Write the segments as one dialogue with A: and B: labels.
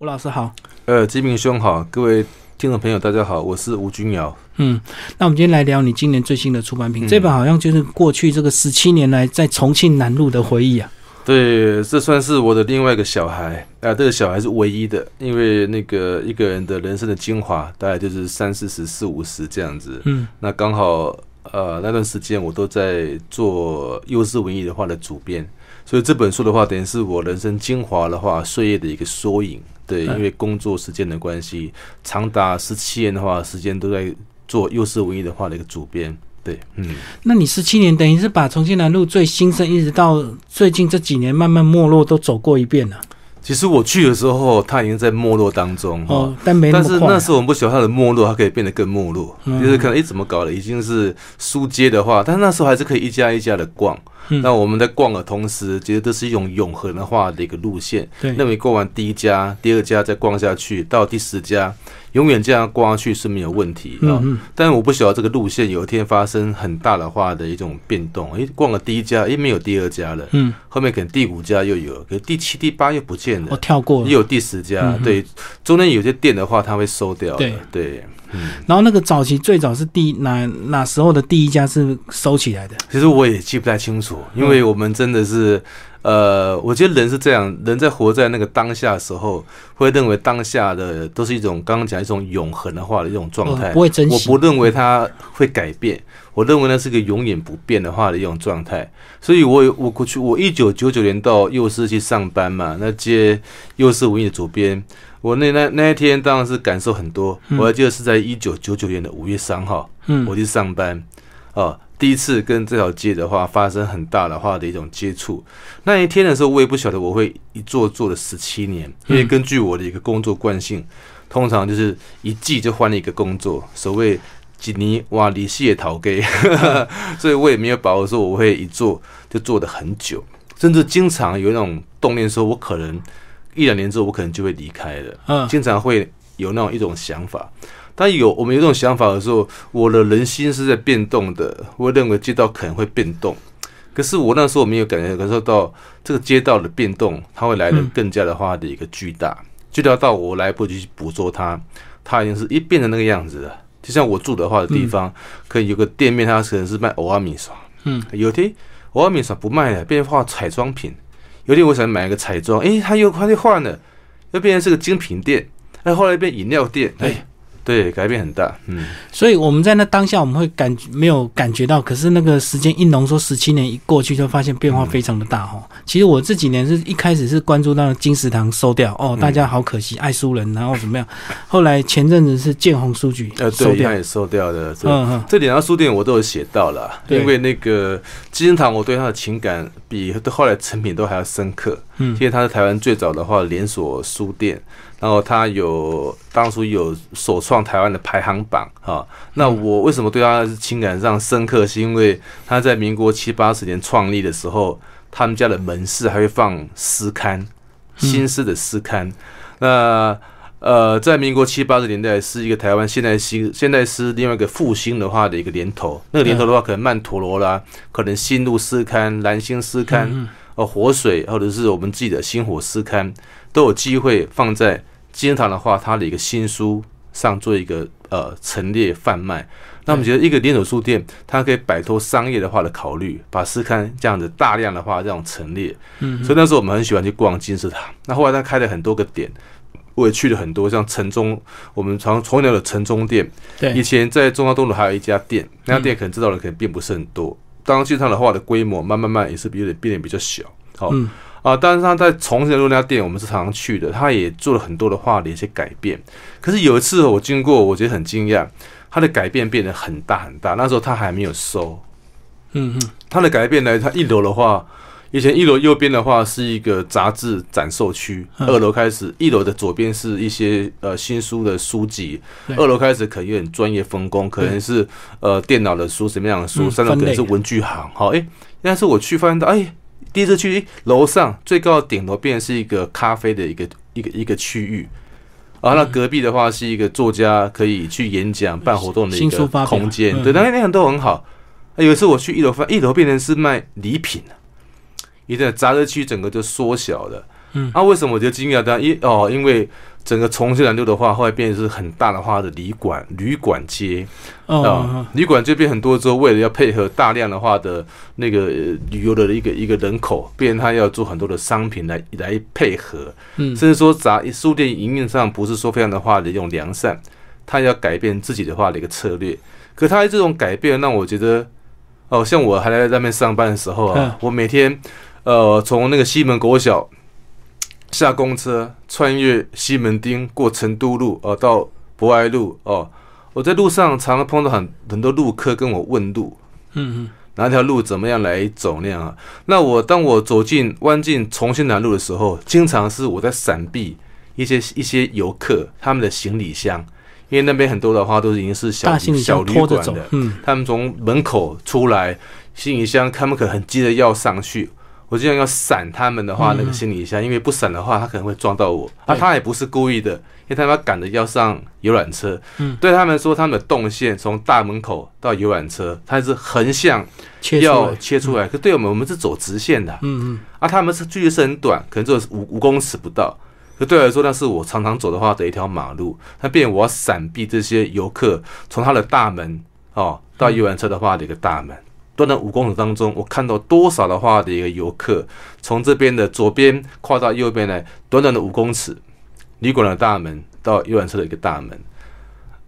A: 吴老师好，
B: 呃，吉明兄好，各位听众朋友大家好，我是吴君尧。
A: 嗯，那我们今天来聊你今年最新的出版品，
B: 嗯
A: 这本好像就是过去这个十七年来在重庆南路的回忆啊。
B: 对，这算是我的另外一个小孩啊、这个小孩是唯一的，因为那个一个人的人生的精华大概就是三四十、四五十这样子。
A: 嗯
B: 那刚好呃那段时间我都在做《幼师文艺》的话的主编，所以这本书的话，等于是我人生精华的话岁月的一个缩影。对，
A: 嗯
B: 因为工作时间的关系，长达十七年的话，时间都在做《幼师文艺》的话的一个主编。对，嗯。
A: 那你十七年等于是把重庆南路最兴盛一直到最近这几年慢慢没落都走过一遍啊了。
B: 其实我去的时候，它已经在没落当中哈。
A: 哦，但没那
B: 但是
A: 么快
B: 那
A: 啊。
B: 时候我们不晓得它的没落，它可以变得更没落，
A: 嗯
B: 就是可能哎怎么搞的，已经是书街的话，但是那时候还是可以一家一家的逛。
A: 嗯
B: 那我们在逛的同时，觉得这是一种永恒的话的一个路线。
A: 对
B: 那，么你逛完第一家、第二家，再逛下去到第十家，永远这样逛下去是没有问题啊。
A: 嗯嗯，
B: 但我不晓得这个路线有一天发生很大的话的一种变动，诶，逛了第一家，诶，没有第二家了，
A: 嗯，
B: 后面可能第五家又有，可是第七、第八又不见了
A: 我。哦跳过
B: 也
A: 了。
B: 有第十家，
A: 嗯哼
B: 对，中间有些店的话，它会收掉的
A: 对
B: 对，
A: 然后那个早期最早是第哪哪时候的第一家是收起来的？
B: 其实我也记不太清楚，因为我们真的是，呃，我觉得人是这样，人在活在那个当下的时候，会认为当下的都是一种刚刚讲一种永恒的话的一种状态
A: 哦不。会珍
B: 我
A: 惜
B: 不。认为它会改变，我认为那是个永远不变的话的一种状态。所以我有，我过去我一九九九年到幼师去上班嘛，那接幼师文艺的主编，我那那那一天当然是感受很多。
A: 嗯
B: 我还记得是在一九九九年的五月三号，
A: 嗯
B: 我去上班，啊，第一次跟这条街的话发生很大的话的一种接触。那一天的时候，我也不晓得我会一做做了十七年，因为
A: 嗯
B: 根据我的一个工作惯性，通常就是一季就换了一个工作，所谓。几年哇，离戏也逃给， 所以我也没有把握说我会一做就做的很久，甚至经常有那种动念说，我可能一两年之后我可能就会离开了。
A: 嗯
B: 经常会有那种一种想法。当有我们有这种想法的时候，我的人心是在变动的，我认为街道可能会变动。可是我那时候没有感觉感受到这个街道的变动，它会来的
A: 嗯
B: 更加的话的一个巨大，巨大到我来不及去捕捉它，它已经是一变成那个样子了。就像我住的话的地方，可以有个店面，它可能是卖欧阿米耍，
A: 嗯，
B: 有一天欧阿米耍不卖了，变成化彩妆品。有一天我想买个彩妆，诶，它又它又换了，又变成是个精品店，那后来变饮料店，
A: 对
B: 哎，对，改变很大，嗯，
A: 所以我们在那当下，我们会感没有感觉到，可是那个时间一浓缩，十七年一过去，就发现变化非常的大哦。其实我这几年是一开始是关注到金石堂收掉，哦，
B: 嗯
A: 大家好可惜，爱输人，然后怎么样？后来前阵子是建宏书局
B: 呃，
A: 收
B: 对，
A: 掉
B: 它，也收掉了，对，
A: 嗯嗯，
B: 这两家书店我都有写到了，
A: 对
B: 因为那个金石堂，我对它的情感比后来成品都还要深刻，
A: 嗯
B: 因为它是台湾最早的话连锁书店，然后它有当初有首创台湾的排行榜啊。那
A: 嗯
B: 我为什么对它情感上深刻，是因为它在民国七八十年创立的时候，他们家的门市还会放诗刊，
A: 嗯
B: 新诗的诗刊，那。呃，在民国七八十年代是一个台湾现代诗，现代诗另外一个复兴的话的一个年头。那个年头的话，可能曼陀罗啦，可能新路诗刊、蓝星诗刊，
A: 嗯
B: 呃活水，或者是我们自己的星火诗刊，都有机会放在金石堂的话，它的一个新书上做一个呃陈列贩卖。那我们觉得一个连锁书店，它可以摆脱商业的话的考虑，把诗刊这样子大量的话这种陈列，
A: 嗯
B: 所以那时候我们很喜欢去逛金石堂。那后来他开了很多个点，我也去了很多，像城中，我们常从来有城中店，以
A: 对，嗯
B: 前在中央东路还有一家店，那家店可能知道的人可能并不是很多。当去它的话的规模慢慢慢也是有点变得比较小，好、
A: 嗯
B: 啊，但是他在重庆的路那家店，我们是常常去的，他也做了很多的话的一些改变。可是有一次我经过，我觉得很惊讶，他的改变变得很大很大。那时候他还没有收，
A: 嗯嗯，
B: 它的改变呢，它一楼的话，以前一楼右边的话是一个杂志展售区，
A: 嗯
B: 二楼开始，一楼的左边是一些呃新书的书籍
A: 对，
B: 二楼开始可能有点专业分工，可能是呃电脑的书什么样的书，
A: 嗯
B: 三楼可
A: 分
B: 能
A: 类
B: 是文具行，好，哎、但是我去发现到，哎、第一次去诶楼上最高的顶楼变成是一个咖啡的一个一个一个区域。啊，
A: 嗯
B: 那隔壁的话是一个作家可以去演讲、办活动的一
A: 新书
B: 个
A: 发表
B: 空间，
A: 嗯
B: 对，那那样都很好。啊有一次我去一楼发，一楼变成是卖礼品，啊一个杂志区整个就缩小了。
A: 嗯
B: 啊，为什么我觉得惊讶？当然，一哦，因为整个重庆南路的话，后来变成是很大的话的旅馆旅馆街啊、
A: 哦，
B: 旅馆街变很多之后，为了要配合大量的话的那个呃旅游的一个一个人口，变成他要做很多的商品来来配合，
A: 嗯，
B: 甚至说杂书店营运上不是说非常的话的一种良善，他要改变自己的话的一个策略。可他这种改变让我觉得，哦，像我还在那边上班的时候啊
A: 嗯，
B: 我每天呃从那个西门国小下公车，穿越西门町过成都路，呃到博爱路哦，我在路上常常碰到很很多路客跟我问路，
A: 嗯嗯，
B: 哪条路怎么样来走那样啊？那我当我走进弯进重庆南路的时候，经常是我在闪避一些一些游客他们的行李箱，因为那边很多的话都已经是小
A: 大行李
B: 小
A: 箱
B: 旅
A: 拖着
B: 馆
A: 走
B: 的，，
A: 嗯，
B: 他们从门口出来，行李箱他们可能很急着要上去。我经常要闪他们的话，
A: 嗯
B: 那个行李箱，因为不闪的话，他可能会撞到我。啊，
A: 对
B: 他也不是故意的，因为他们赶着要上游览车。
A: 嗯
B: 对他们说，他们的动线从大门口到游览车，它是横向
A: 切出
B: 要
A: 来，
B: 切出来。可对我们，我们是走直线的啊，
A: 嗯嗯，
B: 啊他们是距离是很短，可能只有五五公尺不到。可对我来说，那是我常常走的话的一条马路，那便我要闪避这些游客从他的大门哦到
A: 嗯
B: 游览车的话的一个大门。短短五公尺当中，我看到多少的话的一个游客从这边的左边跨到右边来，短短的五公尺，旅馆的大门到游览车的一个大门，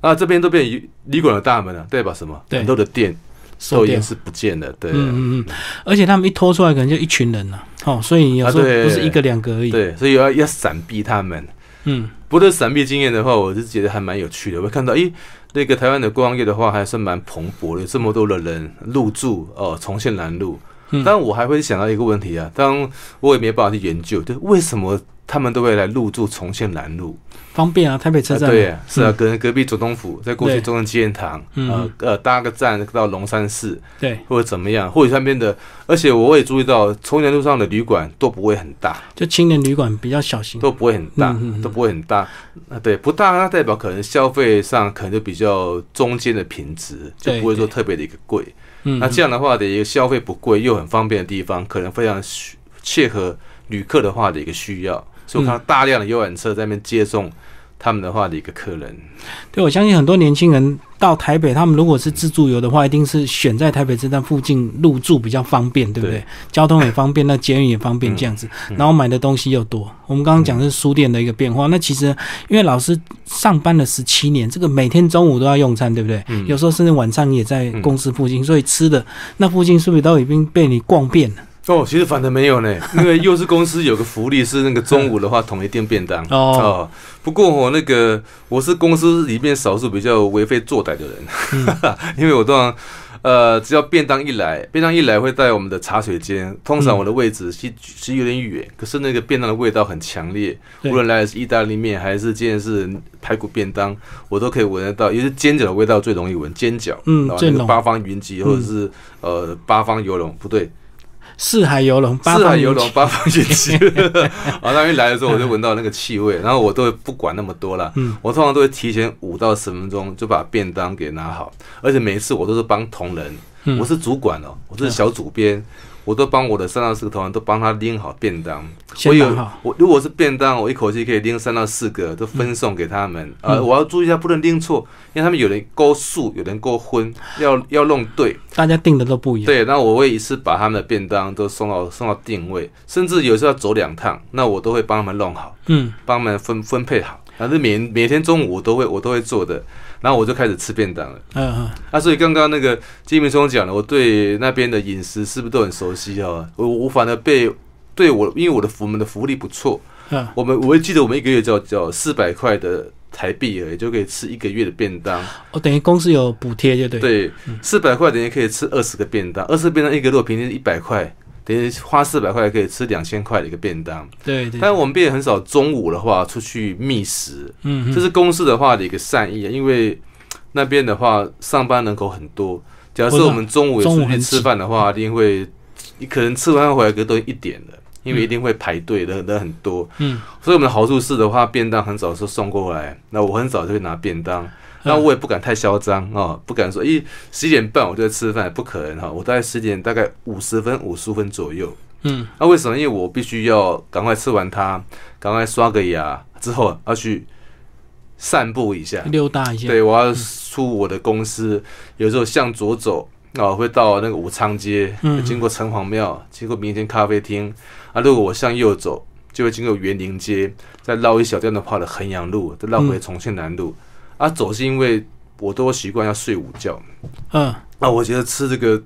B: 啊，这边都变旅旅馆的大门了、代表什么？
A: 对
B: 很多的店
A: 收
B: 都已
A: 掉
B: 经。是不见了，对。啊
A: 嗯嗯嗯，而且他们一拖出来，可能就一群人了、哦，所以有时候
B: 啊对
A: 不是一个两个而已，
B: 对，所以要要闪避他们。
A: 嗯，
B: 不过闪避经验的话，我是觉得还蛮有趣的。我会看到，诶，那个台湾的观光业的话，还算蛮蓬勃的，有这么多的人入住哦，重现南路。
A: 嗯
B: 但我还会想到一个问题啊，当然我也没办法去研究，就为什么他们都会来入住重现南路？
A: 方便啊，台北车
B: 啊
A: 站、
B: 对啊，是啊，
A: 嗯
B: 跟隔壁总统府，在过去
A: 对
B: 中正纪念堂，
A: 嗯
B: 呃呃，搭个站到龙山寺，
A: 对，
B: 或者怎么样，或者那边的，而且我也注意到，重庆南路上的旅馆都不会很大，
A: 就青年旅馆比较小型，
B: 都不会很大，
A: 嗯嗯嗯
B: 都不会很大。啊，对，不大，那代表可能消费上可能就比较中间的品质，就
A: 对
B: 不会说
A: 对
B: 特别的一个贵。
A: 嗯，
B: 那这样的话的一个消费不贵又很方便的地方，可能非常需切合旅客的话的一个需要。所以我看到大量的游览车在那边接送他们的话的一个客人。
A: 对我相信很多年轻人到台北，他们如果是自助游的话，一定是选在台北车站附近入住比较方便，对不对？
B: 对嗯
A: 交通也方便，那捷运也方便，这样子，然后买的东西又多。我们刚刚讲的是书店的一个变化，那其实因为老师上班了十七年，这个每天中午都要用餐，对不对？
B: 嗯
A: 有时候甚至晚上也在公司附近，所以吃的那附近是不是都已经被你逛遍了？
B: 哦，其实反正没有 呢，那个幼师公司有个福利是那个中午的话统一订便当
A: 哦，
B: 不过哦，那个我是公司里面少数比较为非作歹的人，
A: 嗯
B: 因为我通常呃，只要便当一来，便当一来会带我们的茶水间，通常我的位置
A: 嗯
B: 是是有点远，可是那个便当的味道很强烈，
A: 对
B: 无论来的是意大利面还是今天是排骨便当，我都可以闻得到，也是煎饺的味道最容易闻，煎饺，
A: 嗯
B: 然后
A: 最
B: 那个
A: 浓嗯
B: 八方云集或者是、呃八方游龙，不对。
A: 四海游龙，八
B: 四海
A: 方
B: 游
A: 云
B: 龙
A: 集，
B: 八方云 集。啊，那一来的时候我就闻到那个气味，然后我都会不管那么多了，
A: 嗯
B: 我通常都会提前五到十分钟就把便当给拿好，而且每一次我都是帮同仁，
A: 嗯
B: 我是主管哦，我是小主编。我都帮我的三到四个同仁都帮他拎好便当，我
A: 先
B: 有
A: 打好，
B: 我如果是便当，我一口气可以拎三到四个，都分送给他们。啊，
A: 嗯
B: 我要注意一下，不能拎错，因为他们有人勾素，有人勾荤，要要弄对。
A: 大家订的都不一样。
B: 对，那我会一次把他们的便当都送到送到定位，甚至有时候要走两趟，那我都会帮他们弄好，
A: 嗯，
B: 帮他们分分配好。反正每每天中午我都会我都会做的，然后我就开始吃便当了。
A: 嗯、呃，
B: 啊，所以刚刚那个金明松讲了，我对那边的饮食是不是都很熟悉哦？我我反而被对我，因为我的福我们的福利不错，
A: 嗯、
B: 我们我会记得我们一个月只要只要四百块的台币而已，就可以吃一个月的便当。
A: 哦，等于公司有补贴，就对。嗯
B: 对，四百块等于可以吃二十个便当，二十便当一个肉平均一百块，等于花四百块可以吃两千块的一个便当。
A: 对对，
B: 但我们变得很少中午的话出去觅食，
A: 嗯，
B: 这是公司的话的一个善意啊，因为那边的话上班人口很多，假设我们中午也
A: 中午
B: 出去
A: 很
B: 吃饭的话，一定会，你可能吃完饭回来可能都一点了。因为一定会排队，人人很多，
A: 嗯，
B: 所以我们的好处是的话，便当很早是送过来，那我很早就会拿便当，那我也不敢太嚣张哦，不敢说哦一十一点半我就在吃饭，不可能哈、我大概十点大概五十分五十分左右，
A: 嗯，
B: 那、为什么？因为我必须要赶快吃完它，赶快刷个牙之后要去散步一下。
A: 溜达一下，
B: 对，我要出我的公司，有时候向左走，那、我会到那个武昌街，
A: 嗯
B: 经过城隍庙，经过明天咖啡厅。啊，如果我向右走，就会经过园林街，再绕一小段的话的衡阳路，再绕
A: 嗯
B: 回重庆南路。啊，走是因为我都习惯要睡午觉，
A: 嗯，
B: 啊，我觉得吃这个。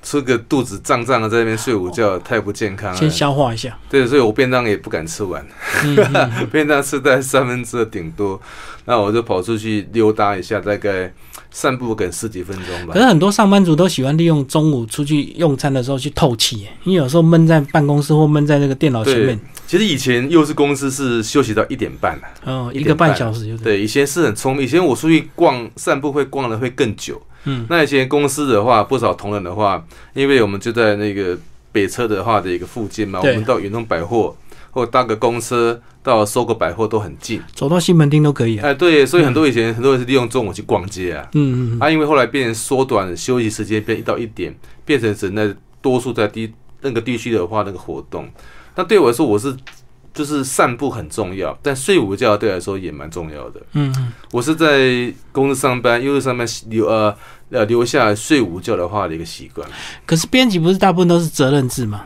B: 吃个肚子胀胀的，在那边睡午觉太不健康
A: 哦先
B: 了。
A: 消化一下，
B: 对，所以我便当也不敢吃完，
A: 嗯，嗯
B: 便当吃在三分之二顶多，那我就跑出去溜达一下，大概散步个十几分钟吧
A: 可。是很多上班族都喜欢利用中午出去用餐的时候去透气耶，因为有时候闷在办公室或闷在那个电脑前面，
B: 其实以前幼稚公司是休息到一点半的，
A: 嗯，
B: 一
A: 一个
B: 点半
A: 半小时就对，
B: 对，以前是很聪明，以前我出去逛散步会逛的会更久。
A: 嗯
B: 那以前公司的话，不少同仁的话，因为我们就在那个北车的话的一个附近嘛，我
A: 对
B: 们到远东百货或搭个公车到收购百货都很近。
A: 走到西门町都可以啊，
B: 哎，对，所以很多以前很多人是利用中午去逛街啊。
A: 嗯嗯
B: 啊，因为后来变成缩短了休息时间，变一到一点，变成只能在多数在地那个地区的话那个活动。那对我来说，我是就是散步很重要，但睡午觉对我来说也蛮重要的。
A: 嗯嗯，
B: 我是在公司上班，因为上班留呃呃留下睡午觉的话的一个习惯，
A: 可是编辑不是大部分都是责任制嘛，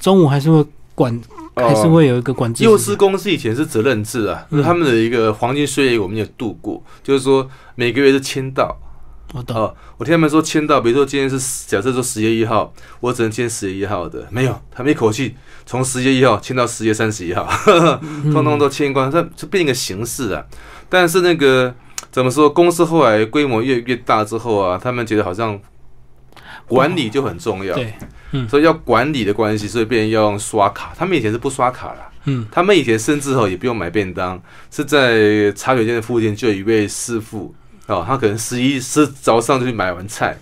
A: 中午还是会管，还是会有一个管制时间，
B: 幼师公司以前是责任制啊，
A: 嗯
B: 他们的一个黄金岁月我们也度过，就是说每个月是签到，
A: 我懂，
B: 哦，我听他们说签到，比如说今天是假设说十月一号，我只能签十月一号的，没有，他们一口气从十月一号签到十月三十一号，
A: 嗯
B: 通通都签光，这这变一个形式啊。但是那个怎么说，公司后来规模越越大之后啊，他们觉得好像管理就很重要，
A: 对，
B: 所以要管理的关系，所以变成要用刷卡。他们以前是不刷卡啦，
A: 嗯，
B: 他们以前甚至吼也不用买便当，是在茶水间的附近就有一位师傅哦，他可能十一是早上就去买完菜，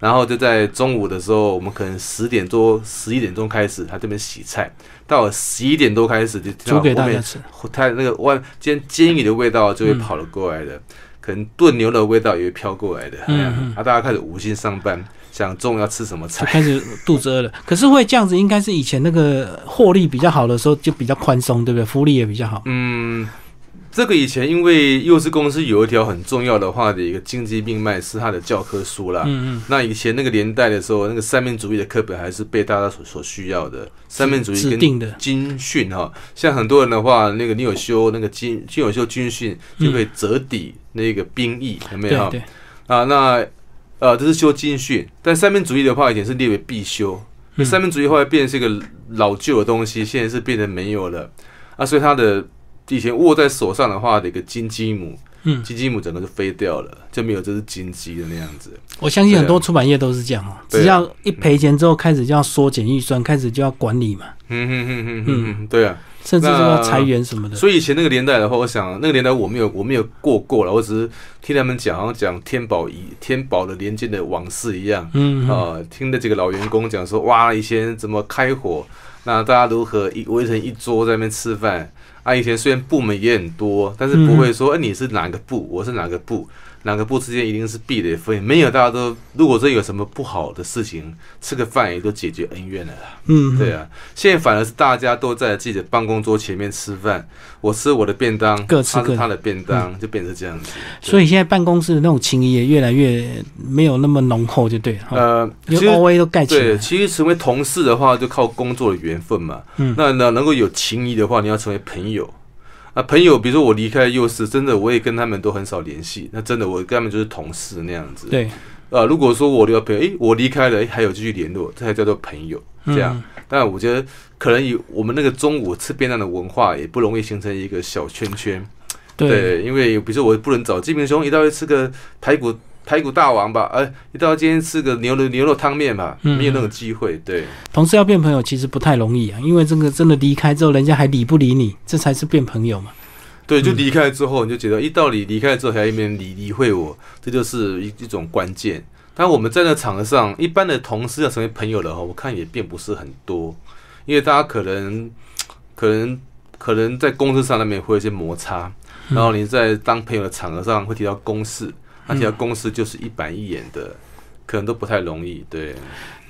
B: 然后就在中午的时候，我们可能十点多、十一点钟开始，他这边洗菜，到了十一点多开始就听
A: 煮
B: 到
A: 给
B: 后
A: 大家
B: 面
A: 吃，嗯
B: 他那个外煎煎鱼的味道就会跑了过来的。可能炖牛肉的味道也会飘过来的，
A: 嗯
B: 哎呀
A: 嗯
B: 啊，大家开始无心上班，想中午要吃什么菜
A: 就，开始肚子饿了。可是会这样子，应该是以前那个获利比较好的时候就比较宽松，对不对？福利也比较好。
B: 嗯，这个以前因为幼师公司有一条很重要的话的一个经济命脉是它的教科书啦。
A: 嗯嗯，
B: 那以前那个年代的时候，那个三民主义的课本还是被大家所所需要的。三民主义
A: 指
B: 跟
A: 定的，
B: 军训哈，像很多人的话，那个你有修那个军，你有修军训就可以折抵那个兵役，有没
A: 对
B: 有？
A: 嗯对，
B: 啊，那呃，这是修军训，但三民主义的话，以前是列为必修，
A: 嗯
B: 三民主义后来变成是一个老旧的东西，现在是变得没有了啊，所以它的以前握在手上的话的一个金鸡母，
A: 嗯，
B: 金鸡母整个就飞掉了，就没有这只金鸡的那样子。
A: 我相信很多
B: 对啊
A: 出版业都是这样哦，
B: 对啊
A: 只要一赔钱之后，开始就要缩减预算，开始就要管理嘛，
B: 嗯哼哼哼哼哼，对啊，
A: 甚至就要裁员什么的。
B: 所以以前那个年代的话，我想那个年代我没有我没有过过了，我只是听他们讲，好像讲天宝一天宝的连接的往事一样。
A: 嗯，嗯
B: 啊，听的几个老员工讲说，哇，以前怎么开火，那大家如何一围成一桌在那边吃饭啊？以前虽然部门也很多，但是不会说，哎、你是哪个部，我是哪个部，哪个部之间一定是壁垒分明，没有大家都，如果真有什么不好的事情，吃个饭也都解决恩怨了啦。
A: 嗯，
B: 对
A: 啊，
B: 啊，现在反而是大家都在自己的办公桌前面吃饭，我吃我的便当，
A: 各吃
B: 他
A: 各
B: 吃
A: 的嗯
B: 他的便当，就变成这样子。对
A: 所以现在办公室的那种情谊也越来越没有那么浓厚，就对了哦，
B: 呃，其
A: 因
B: 实
A: 为 O A 都盖起来
B: 对，
A: 了。
B: 其实成为同事的话，就靠工作的缘分嘛。
A: 嗯
B: 那那能够有情谊的话，你要成为朋友啊。朋友，比如说我离开幼师，真的我也跟他们都很少联系。那真的我跟他们就是同事那样子。，
A: 对，
B: 啊，如果说我留朋友，诶，我离开了，诶还有继续联络，这才叫做朋友。这样
A: 嗯，
B: 但我觉得可能以我们那个中午吃便当的文化，也不容易形成一个小圈圈。
A: 对，
B: 因为比如说我不能找金明兄一道去吃个排骨排骨大王吧，哎，一道今天吃个牛肉牛肉汤面吧，
A: 嗯
B: 没有那种机会。对，
A: 同事要变朋友其实不太容易啊，因为这个真的离开之后，人家还理不理你，这才是变朋友嘛。
B: 对，就离开之后你就觉得，一道理离开之后还有一面理理会我，这就是一一种关键。但我们在那场合上，一般的同事要成为朋友的话，我看也并不是很多，因为大家可能可能可能在公司上那边会有一些摩擦，然后你在当朋友的场合上会提到公事，那提到公事就是一板一眼的，可能都不太容易。对，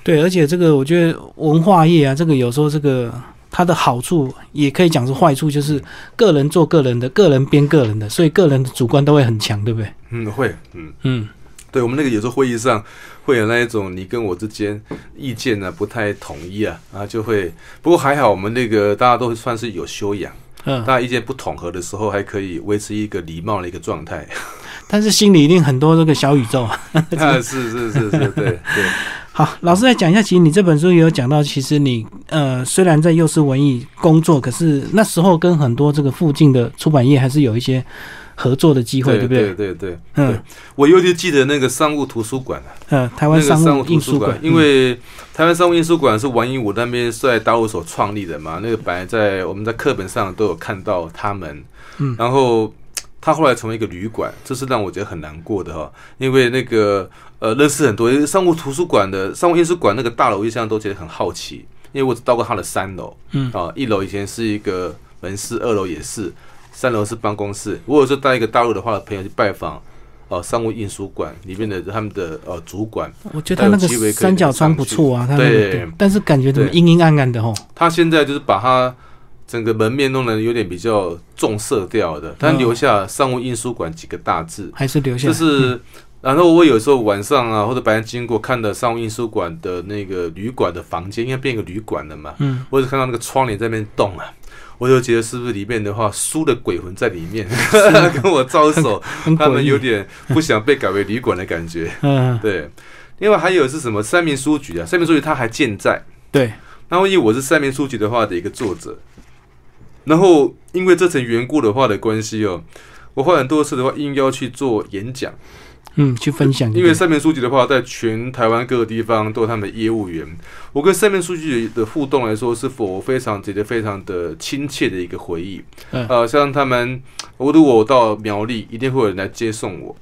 A: 对，而且这个我觉得文化业啊，这个有时候这个它的好处也可以讲是坏处，就是个人做个人的，个人编个人的，所以个人的主观都会很强，对不对？
B: 嗯，会，嗯，
A: 嗯，
B: 对我们那个有时候会议上会有那一种你跟我之间意见呢、不太统一啊，啊就会，不过还好我们那个大家都算是有修养，
A: 嗯，
B: 大家意见不统合的时候还可以维持一个礼貌的一个 状态，
A: 但是心里一定很多这个小宇宙啊。
B: 啊是是是是，对对，
A: 好，老师再讲一下，其实你这本书也有讲到，其实你呃虽然在幼师文艺工作，可是那时候跟很多这个附近的出版业还是有一些合作的机会，对
B: 对
A: 不对？
B: 对对对，
A: 嗯
B: 我尤其记得那个商务图书馆啊，
A: 呃，台
B: 那
A: 湾
B: 个商
A: 商
B: 务
A: 务印
B: 图
A: 书
B: 书
A: 馆
B: 馆，，嗯因为台湾商务印书馆是王英武那边是在大陆所创立的嘛，那个本来在我们在课本上都有看到他们，
A: 嗯
B: 然后他后来成为一个旅馆，这是让我觉得很难过的哈、因为那个呃认识很多因为商务图书馆的商务印书馆那个大楼，一向都觉得很好奇，因为我只到过它的三楼，
A: 嗯
B: 啊，一楼以前是一个门市，二楼也是，三楼是办公室。我有时候带一个大陆的话朋友去拜访。哦，商务印书馆里面的他们的呃主管，
A: 嗯我觉得他那个
B: 还有机会可以
A: 三角窗不错啊，他那个
B: 对
A: 对，但是感觉怎么阴阴暗暗的吼？
B: 他现在就是把他整个门面弄得有点比较重色调
A: 嗯
B: 的，但留下商务印书馆几个大字，
A: 还是留下
B: 就
A: 来。
B: 是。然后我有时候晚上啊，或者白天经过看的商务印书馆的那个旅馆的房间，因为变一个旅馆了嘛，
A: 嗯，
B: 我只看到那个窗帘在那边动啊，我就觉得是不是里面的话，书的鬼魂在里面 跟我招手，
A: 很
B: 他
A: 诡
B: 们有
A: 异。
B: 点不想被改为旅馆的感觉。
A: 嗯，
B: 对，另外还有是什么三民书局啊？三民书局它还健在，
A: 对，
B: 那万一我是三民书局的话的一个作者，然后因为这层缘故的话的关系哦，我花很多次的话应邀去做演讲，
A: 嗯，去分享就对
B: 因为
A: 了。
B: 三民书局的话，在全台湾各个地方都有他们的业务员。我跟三民书局的互动来说，是否非常觉得非常的亲切的一个回忆。
A: 嗯
B: 呃，像他们，我如果我到苗栗，一定会有人来接送我。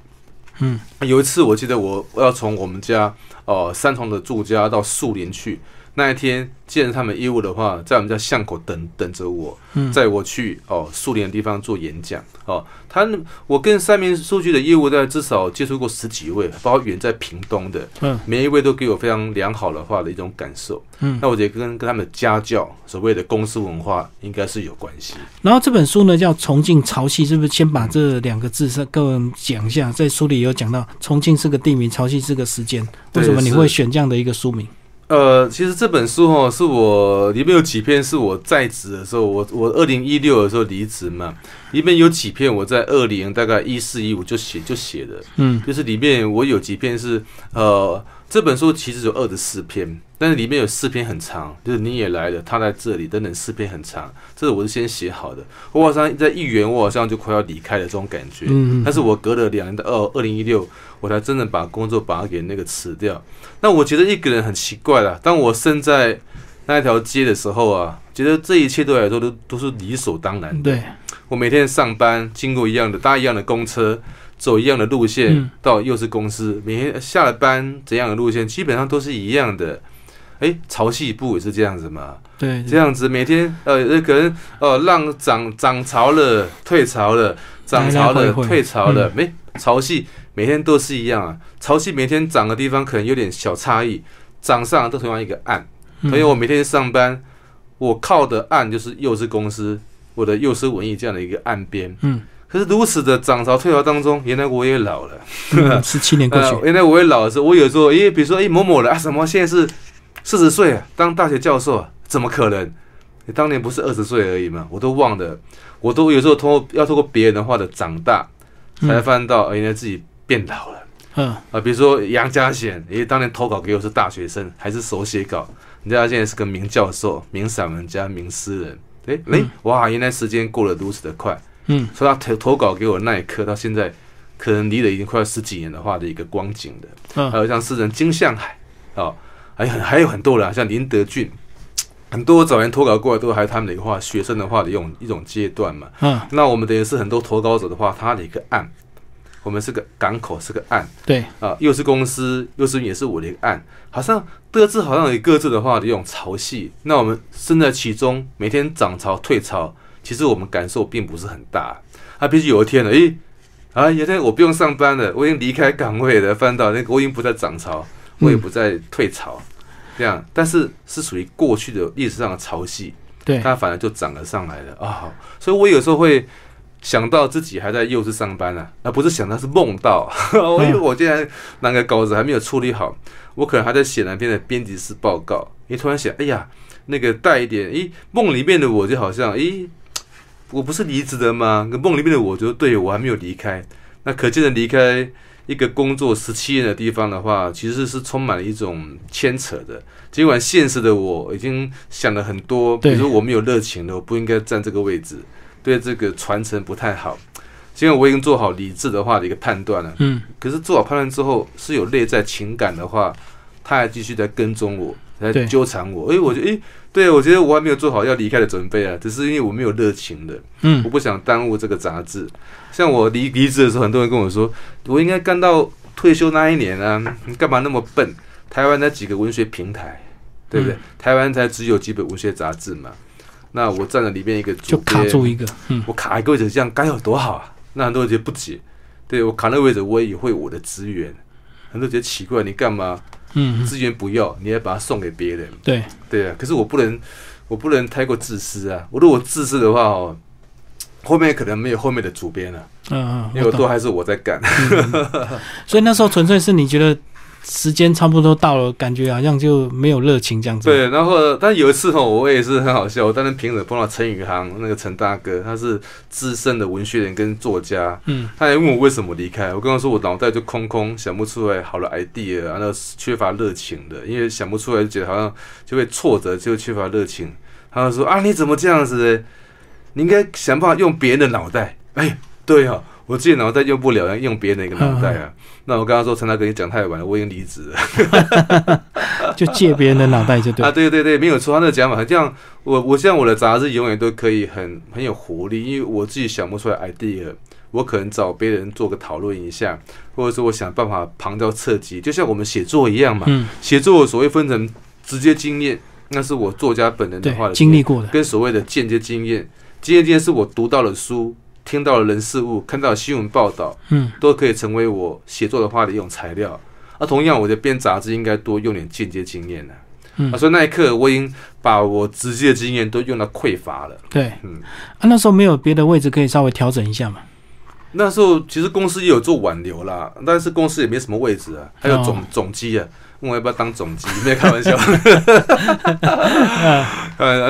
A: 嗯，
B: 有一次我记得我我要从我们家呃三重的住家到树林去，那一天既然他们业务的话，在我们家巷口等等着我，
A: 嗯
B: 载我去哦树林的地方做演讲哦。他那我跟三明数据的业务在至少接触过十几位，包括远在屏东的，
A: 嗯
B: 每一位都给我非常良好的话的一种感受。
A: 嗯，
B: 那我觉得跟跟他们的家教所谓的公司文化应该是有关系。
A: 然后这本书呢叫《重庆潮汐》，是不是先把这两个字是跟我们讲一下？在书里有讲到，重庆是个地名，潮汐是个时间，为
B: 对
A: 什么你
B: 是
A: 会选这样的一个书名？
B: 呃，其实这本书哦，是我里面有几篇是我在职的时候，我我二零一六的时候离职嘛，里面有几篇我在二零大概一四一五就写就写的，
A: 嗯
B: 就是里面我有几篇是呃，这本书其实有二十四篇，但是里面有四篇很长，就是你也来了，他在这里等等四篇很长，这个我是先写好的，我好像在一元，我好像就快要离开了这种感觉，
A: 嗯，
B: 但是我隔了两年到二二零一六，我才真的把工作把它给那个辞掉。那我觉得一个人很奇怪啦，当我身在那一条街的时候啊，觉得这一切对我来说都都是理所当然。
A: 对，
B: 我每天上班经过一样的搭一样的公车，走一样的路线、
A: 嗯
B: 到又是公司，每天下了班怎样的路线基本上都是一样的。诶，潮汐部也是这样子嘛？
A: 对，
B: 这样子每天呃，呃可能呃，浪涨涨潮了，退潮了，涨潮
A: 来来
B: 了，
A: 回回
B: 退潮
A: 嗯
B: 了，没、潮汐每天都是一样啊。潮汐每天涨的地方可能有点小差异，涨上都同样一个岸。
A: 嗯
B: 所以我每天上班，我靠的岸就是幼师公司，我的幼师文艺这样的一个岸边。
A: 嗯，
B: 可是如此的涨潮退潮当中，原来我也老了。
A: 嗯十七年过
B: 呃，
A: 去，
B: 原来我会老的时候，我有时候，诶，比如说，诶，某某人啊，什么现在是四十岁啊，当大学教授啊，怎么可能？你当年不是二十岁而已吗？我都忘了，我都有时候通过要通过别人的话的长大，才
A: 嗯
B: 发现到，呃原来自己变老了
A: 嗯
B: 啊。比如说杨家显，诶，当年投稿给我是大学生，还是手写稿，人家现在是个名教授、名散文家、名诗人。诶，诶，哇，原来时间过得如此的快。
A: 嗯，
B: 所以他投投稿给我那一刻到现在，可能离了已经快要十几年的话的一个光景的。还
A: 嗯
B: 有像诗人金向海啊、哦，还有很还有很多人、啊，像林德俊，很多早年投稿过来都还有他们的一个话，学生的话的一种一种阶段嘛。
A: 嗯，
B: 那我们等于是很多投稿者的话，他的一个岸，我们是个港口，是个岸
A: 对，
B: 啊，又是公司，又是也是我的一个岸，好像各自好像有各自的话的一种潮汐。那我们身在其中，每天涨潮退潮，其实我们感受并不是很大。啊，必须有一天了，诶，啊，有一天我不用上班了，我已经离开岗位了，翻到那个我已经不再涨潮，我也不再退潮。这样，但是是属于过去的历史上的潮汐，
A: 对，
B: 它反而就涨了上来了啊、所以我有时候会想到自己还在幼稚上班啊，那不是想到是梦到， 我因为我竟然那个稿子还没有处理好，我可能还在写那篇的编辑室报告，你突然想，哎呀，那个带一点，咦，梦里面的我就好像，咦，我不是离职的吗？可梦里面的我就对我还没有离开，那可见的离开。一个工作十七年的地方的话，其实是充满了一种牵扯的。尽管现实的我已经想了很多，比
A: 对
B: 如说我没有热情了，我不应该站这个位置，对这个传承不太好。尽管我已经做好理智的话的一个判断了，
A: 嗯，
B: 可是做好判断之后是有内在情感的话，他还继续在跟踪我，在
A: 对
B: 纠缠我。哎，我觉得，哎，对我觉得我还没有做好要离开的准备啊，只是因为我没有热情了。我
A: 嗯，
B: 不想耽误这个杂志。像我离离职的时候，很多人跟我说，我应该干到退休那一年啊，你干嘛那么笨？台湾那几个文学平台，对不对？
A: 嗯
B: 台湾才只有几本文学杂志嘛。那我占了里面一个主
A: 就卡
B: 编
A: 住一个，嗯，
B: 我卡一个位置，这样该有多好啊！那很多人觉得不解，对我卡那个位置，我也会我的资源。很多人觉得奇怪，你干嘛
A: 嗯，嗯
B: 资源不要，你还把它送给别人？
A: 对，
B: 对啊，可是我不能，我不能太过自私啊！我如果自私的话哦，后面可能没有后面的主编了、
A: 嗯嗯，
B: 因为
A: 我
B: 我
A: 懂
B: 都。还是我在干。
A: 所以那时候纯粹是你觉得时间差不多到了，感觉好像就没有热情这样子。，
B: 对，啊然后但有一次哦，我也是很好笑，我担任评审碰到陈宇航那个陈大哥，他是资深的文学人跟作家，
A: 嗯，
B: 他还问我为什么离开，我跟他说我脑袋就空空，想不出来好的 idea，然啊后缺乏热情的，因为想不出来就觉得好像就会挫折，就缺乏热情。他就说啊，你怎么这样子呢？你应该想办法用别人的脑袋。哎，对哦，我自己脑袋用不了，用别人的一个脑袋
A: 嗯
B: 啊。那我跟他说，陈大哥，你讲太晚了，我已经离职了。
A: 就借别人的脑袋就对
B: 啊，。对对对，没有错，他那个讲法这样，我我像我的杂志永远都可以很很有活力，因为我自己想不出来 idea，我可能找别人做个讨论一下，或者说我想办法旁敲侧击，就像我们写作一样嘛。
A: 嗯，
B: 写作所谓分成直接经验，那是我作家本人的
A: 对
B: 话，的
A: 经历过的，
B: 跟所谓的间接经验，间接经验是我读到了书、听到了人事物、看到了新闻报道，
A: 嗯，
B: 都可以成为我写作的话的一种材料。啊，同样，我的编杂志应该多用点间接经验呢、啊。
A: 嗯
B: 所以那一刻我已经把我直接的经验都用到匮乏了。
A: 对。
B: 嗯
A: 啊，那时候没有别的位置可以稍微调整一下嘛。
B: 那时候其实公司也有做挽留啦，但是公司也没什么位置啊，还有总、
A: 哦
B: 总机啊，问我要不要当总机，没有开玩 笑。 呃，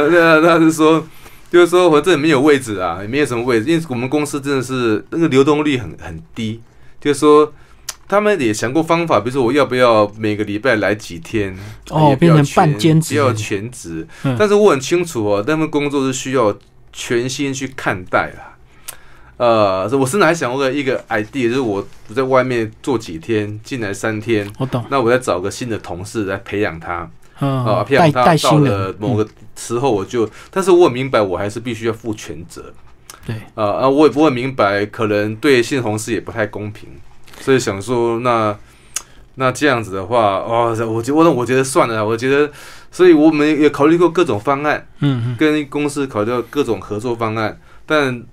B: 那那是说，就是说反正没有位置啊，也没有什么位置，因为我们公司真的是那个流动率很很低，就是说。他们也想过方法，比如说我要不要每个礼拜来几天，
A: 哦
B: 也不要
A: 变成半
B: 全
A: 兼职
B: 不要全职。
A: 嗯
B: 但是我很清楚哦，他们工作是需要全心去看待啦。呃，我甚至还想过一个 idea，就是我我在外面做几天，进来三天，
A: 我懂，
B: 那我再找个新的同事来培养他，啊、
A: 嗯，
B: 培
A: 带
B: 养他
A: 带
B: 到
A: 新
B: 了
A: 人，嗯
B: 某个时候我就，但是我很明白我还是必须要负全责，
A: 对，
B: 啊啊，我也我很明白，可能对新同事也不太公平，所以想说那那这样子的话，哦，我觉我我觉得算了啦，我觉得，所以我们也考虑过各种方案，
A: 嗯嗯，
B: 跟公司考虑到各种合作方案，但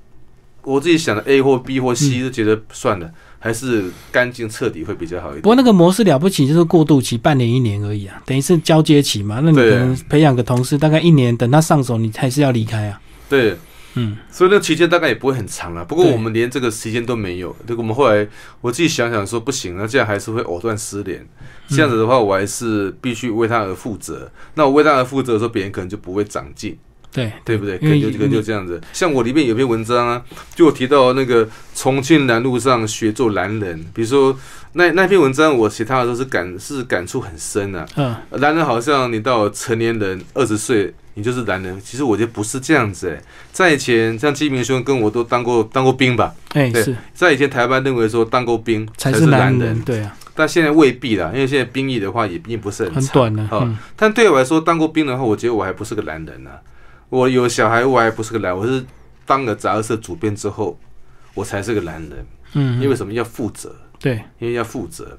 B: 我自己想的 A 或 B 或 C
A: 嗯
B: 就觉得算了，还是干净彻底会比较好
A: 不
B: 一点。
A: 过那个模式了不起，就是过渡期半年一年而已啊，等于是交接期嘛。那你可
B: 对
A: 能培养个同事，大概一年，等他上手，你还是要离开啊。
B: 对，
A: 嗯，
B: 所以那期间大概也不会很长了。不过
A: 对
B: 我们连这个时间都没有，这个我们后来我自己想想说不行，那这样还是会藕断丝连。这样子的话，我还是必须为他而负责。那我为他而负责的时候，别人可能就不会长进。
A: 对，
B: 对不对？可
A: 因为
B: 能就
A: 你
B: 可能就这样子。像我里面有篇文章啊，就我提到那个重庆南路上学做男人，比如说那那篇文章我写他的时候是感是感触很深啊。
A: 嗯，
B: 男人好像你到成年人二十岁，你就是男人。其实我觉得不是这样子哎、在以前，像基明兄跟我都当过当过兵吧，
A: 哎，
B: 对
A: 是
B: 在以前台湾认为说当过兵
A: 才
B: 是
A: 是男
B: 人
A: 人，，对啊，
B: 但现在未必啦，因为现在兵役的话也并不是很
A: 很
B: 长。
A: 短的，
B: 哦
A: 嗯，
B: 但对我来说，当过兵的话，我觉得我还不是个男人呢、啊我有小孩，我还不是个男，我是当了杂志社主编之后，我才是个男人。
A: 嗯，
B: 因为什么？要负责，
A: 对，
B: 因为要负责。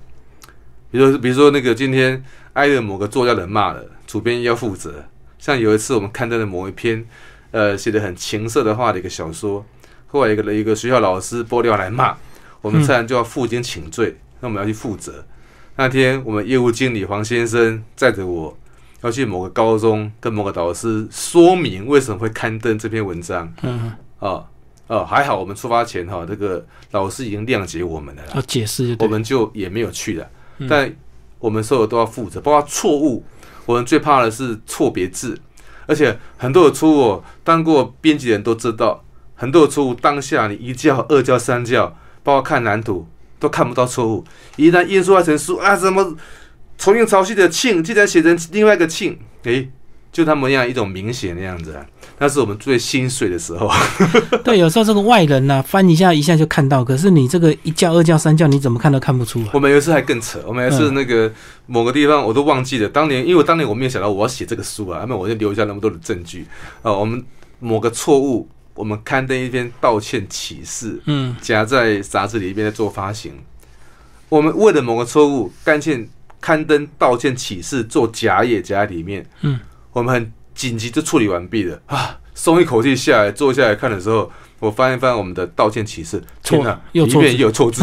B: 比如说，比如说那个今天挨了某个作家人骂了，主编要负责。像有一次我们刊登了某一篇，呃，写的很情色的话的一个小说，后来一个一个学校老师拨电话来骂，我们自然就要负荆请罪，那我们要去负责。那天我们业务经理黄先生载着我要去某个高中跟某个导师说明为什么会刊登这篇文章
A: 嗯，
B: 啊啊，还好我们出发前哈、这个老师已经谅解我们了啦，
A: 要解释就
B: 我
A: 对。
B: 们就也没有去了。但我们所有都要负责，包括错误。我们最怕的是错别字，而且很多的错误哦，当过编辑的人都知道，很多的错误当下你一教、二教、三教，包括看蓝图都看不到错误。一旦印刷成书啊，什么重庆潮汐的“庆”竟然写成另外一个“庆”，诶，就他们那样一种明显的样子啊。那是我们最心碎的时候。
A: 对，有时候这个外人呐、翻一下一下就看到，可是你这个一教、二教、三教，你怎么看都看不出来。
B: 我们有一次还更扯，我们还
A: 嗯
B: 是那个某个地方我都忘记了。当年因为我当年我没有想到我要写这个书啊，那么我就留下那么多的证据。呃，我们某个错误，我们刊登一篇道歉启事，
A: 嗯，
B: 夹在杂志里面在做发行。我们为了某个错误，干欠刊登道歉启事做夹页夹在里面。
A: 嗯，
B: 我们很紧急就处理完毕了啊，松一口气下来，坐下来看的时候，我翻一翻我们的道歉启事，
A: 错
B: 天哪，
A: 又
B: 里
A: 错
B: 面
A: 字
B: 也有错字。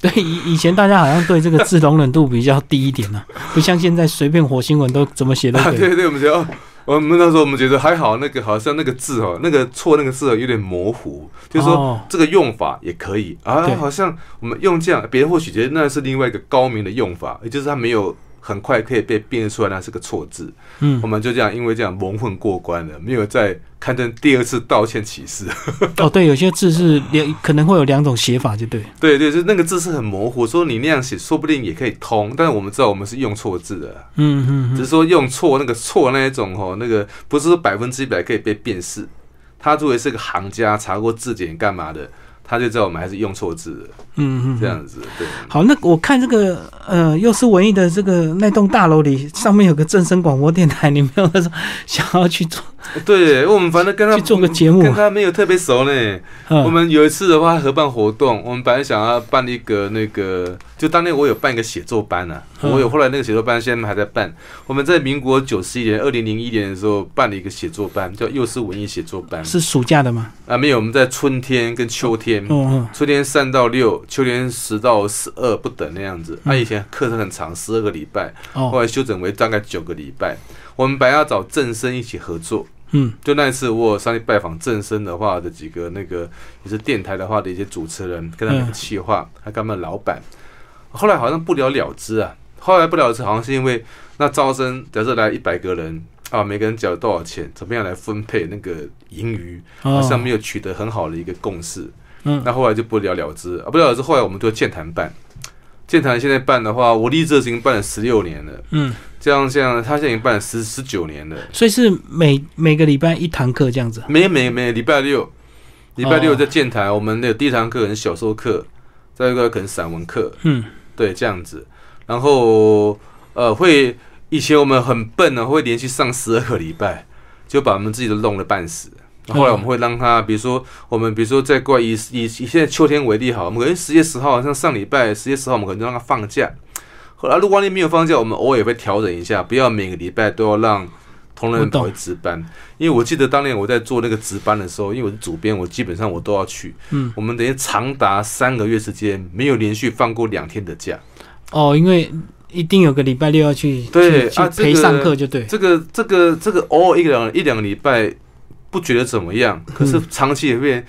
A: 对，以以前大家好像对这个字容忍度比较低一点 呢、不像现在随便火新闻都怎么写都
B: 啊，
A: 可以。
B: 对对，我们觉得，哦我们那时候我们觉得还好，那个好像那个字哦，那个错那个字哦有点模糊，就是说
A: 哦，
B: 这个用法也可以啊
A: 对，
B: 好像我们用这样，别人或许觉得那是另外一个高明的用法，也就是他没有很快可以被辨认出来那是个错字，
A: 嗯
B: 我，们就这样因为这样蒙混过关了，没有再刊登第二次道歉启事。
A: 哦，对，有些字是两可能会有两种写法，就对。
B: 对对，就是那个字是很模糊，说你那样写说不定也可以通，但是我们知道我们是用错字的，
A: 嗯嗯
B: 只
A: 嗯，
B: 是说用错那个错那一种哦，那个不是百分之一百可以被辨识。他作为是个行家，查过字典干嘛的，他就知道我们还是用错字了，
A: 嗯嗯，
B: 这。样子。对，
A: 好，那我看这个呃，又是文艺的这个呃那栋大楼里，上面有个正声广播电台，你没有那种想要去做
B: 对我们反正跟他
A: 去做个节目
B: 跟？他没有特别熟呢。我
A: 嗯
B: 们有一次的话，合办活动，我们本来想要办一个那个，就当年我有办一个写作班啊，
A: 嗯
B: 我有后来那个写作班现在还在办。我们在民国九十一年、二零零一年的时候办了一个写作班，叫幼师文艺写作班。
A: 是暑假的吗？
B: 啊，没有，我们在春天跟秋天。
A: 嗯
B: 春天三到六，秋天十到十二不等那样子。他、以前课程很长，十二个礼拜，
A: 嗯哦
B: 后来修整为大概九个礼拜。我们本来要找正生一起合作，
A: 嗯
B: 就那一次我有上去拜访正生的话的几个那个也是电台的话的一些主持人，跟他们
A: 嗯
B: 的企划，还跟他们老板。后来好像不了了之啊，后来不了了之好像是因为那招生假设来一百个人啊，每个人缴多少钱，怎么样来分配那个盈余，好
A: 哦
B: 像没有取得很好的一个共识。
A: 嗯
B: 那后来就不了了之啊，不了了之。后来我们就健谈办，健谈现在办的话，我立志已经办了十六年了，
A: 嗯，
B: 这样这样，他现在已经办了十十九年了。
A: 所以是每每个礼拜一堂课这样子。
B: 每每每礼拜六，礼拜六
A: 哦
B: 在健谈，我们的第一堂课可能小说课，再一个可能散文课，
A: 嗯
B: 对，这样子。然后呃，会以前我们很笨呢，会连续上十二个礼拜，就把我们自己都弄得半死。
A: 嗯
B: 后来我们会让他，比如说我们，比如说在过以以以现在秋天为例好，我们可能十月十号，像上礼拜十月十号，我们可能就让他放假。后来如果万一没有放假，我们偶尔也会调整一下，不要每个礼拜都要让同仁
A: 我懂
B: 跑去值班。因为我记得当年我在做那个值班的时候，因为我是主编，我基本上我都要去。
A: 嗯，
B: 我们等于长达三个月时间没有连续放过两天的假。
A: 哦，因为一定有个礼拜六要去
B: 对
A: 去
B: 啊
A: 去陪
B: 这个
A: 上课就对。
B: 这个这个这个偶尔一两一两个礼拜不觉得怎么样，可
A: 嗯
B: 是长期也变。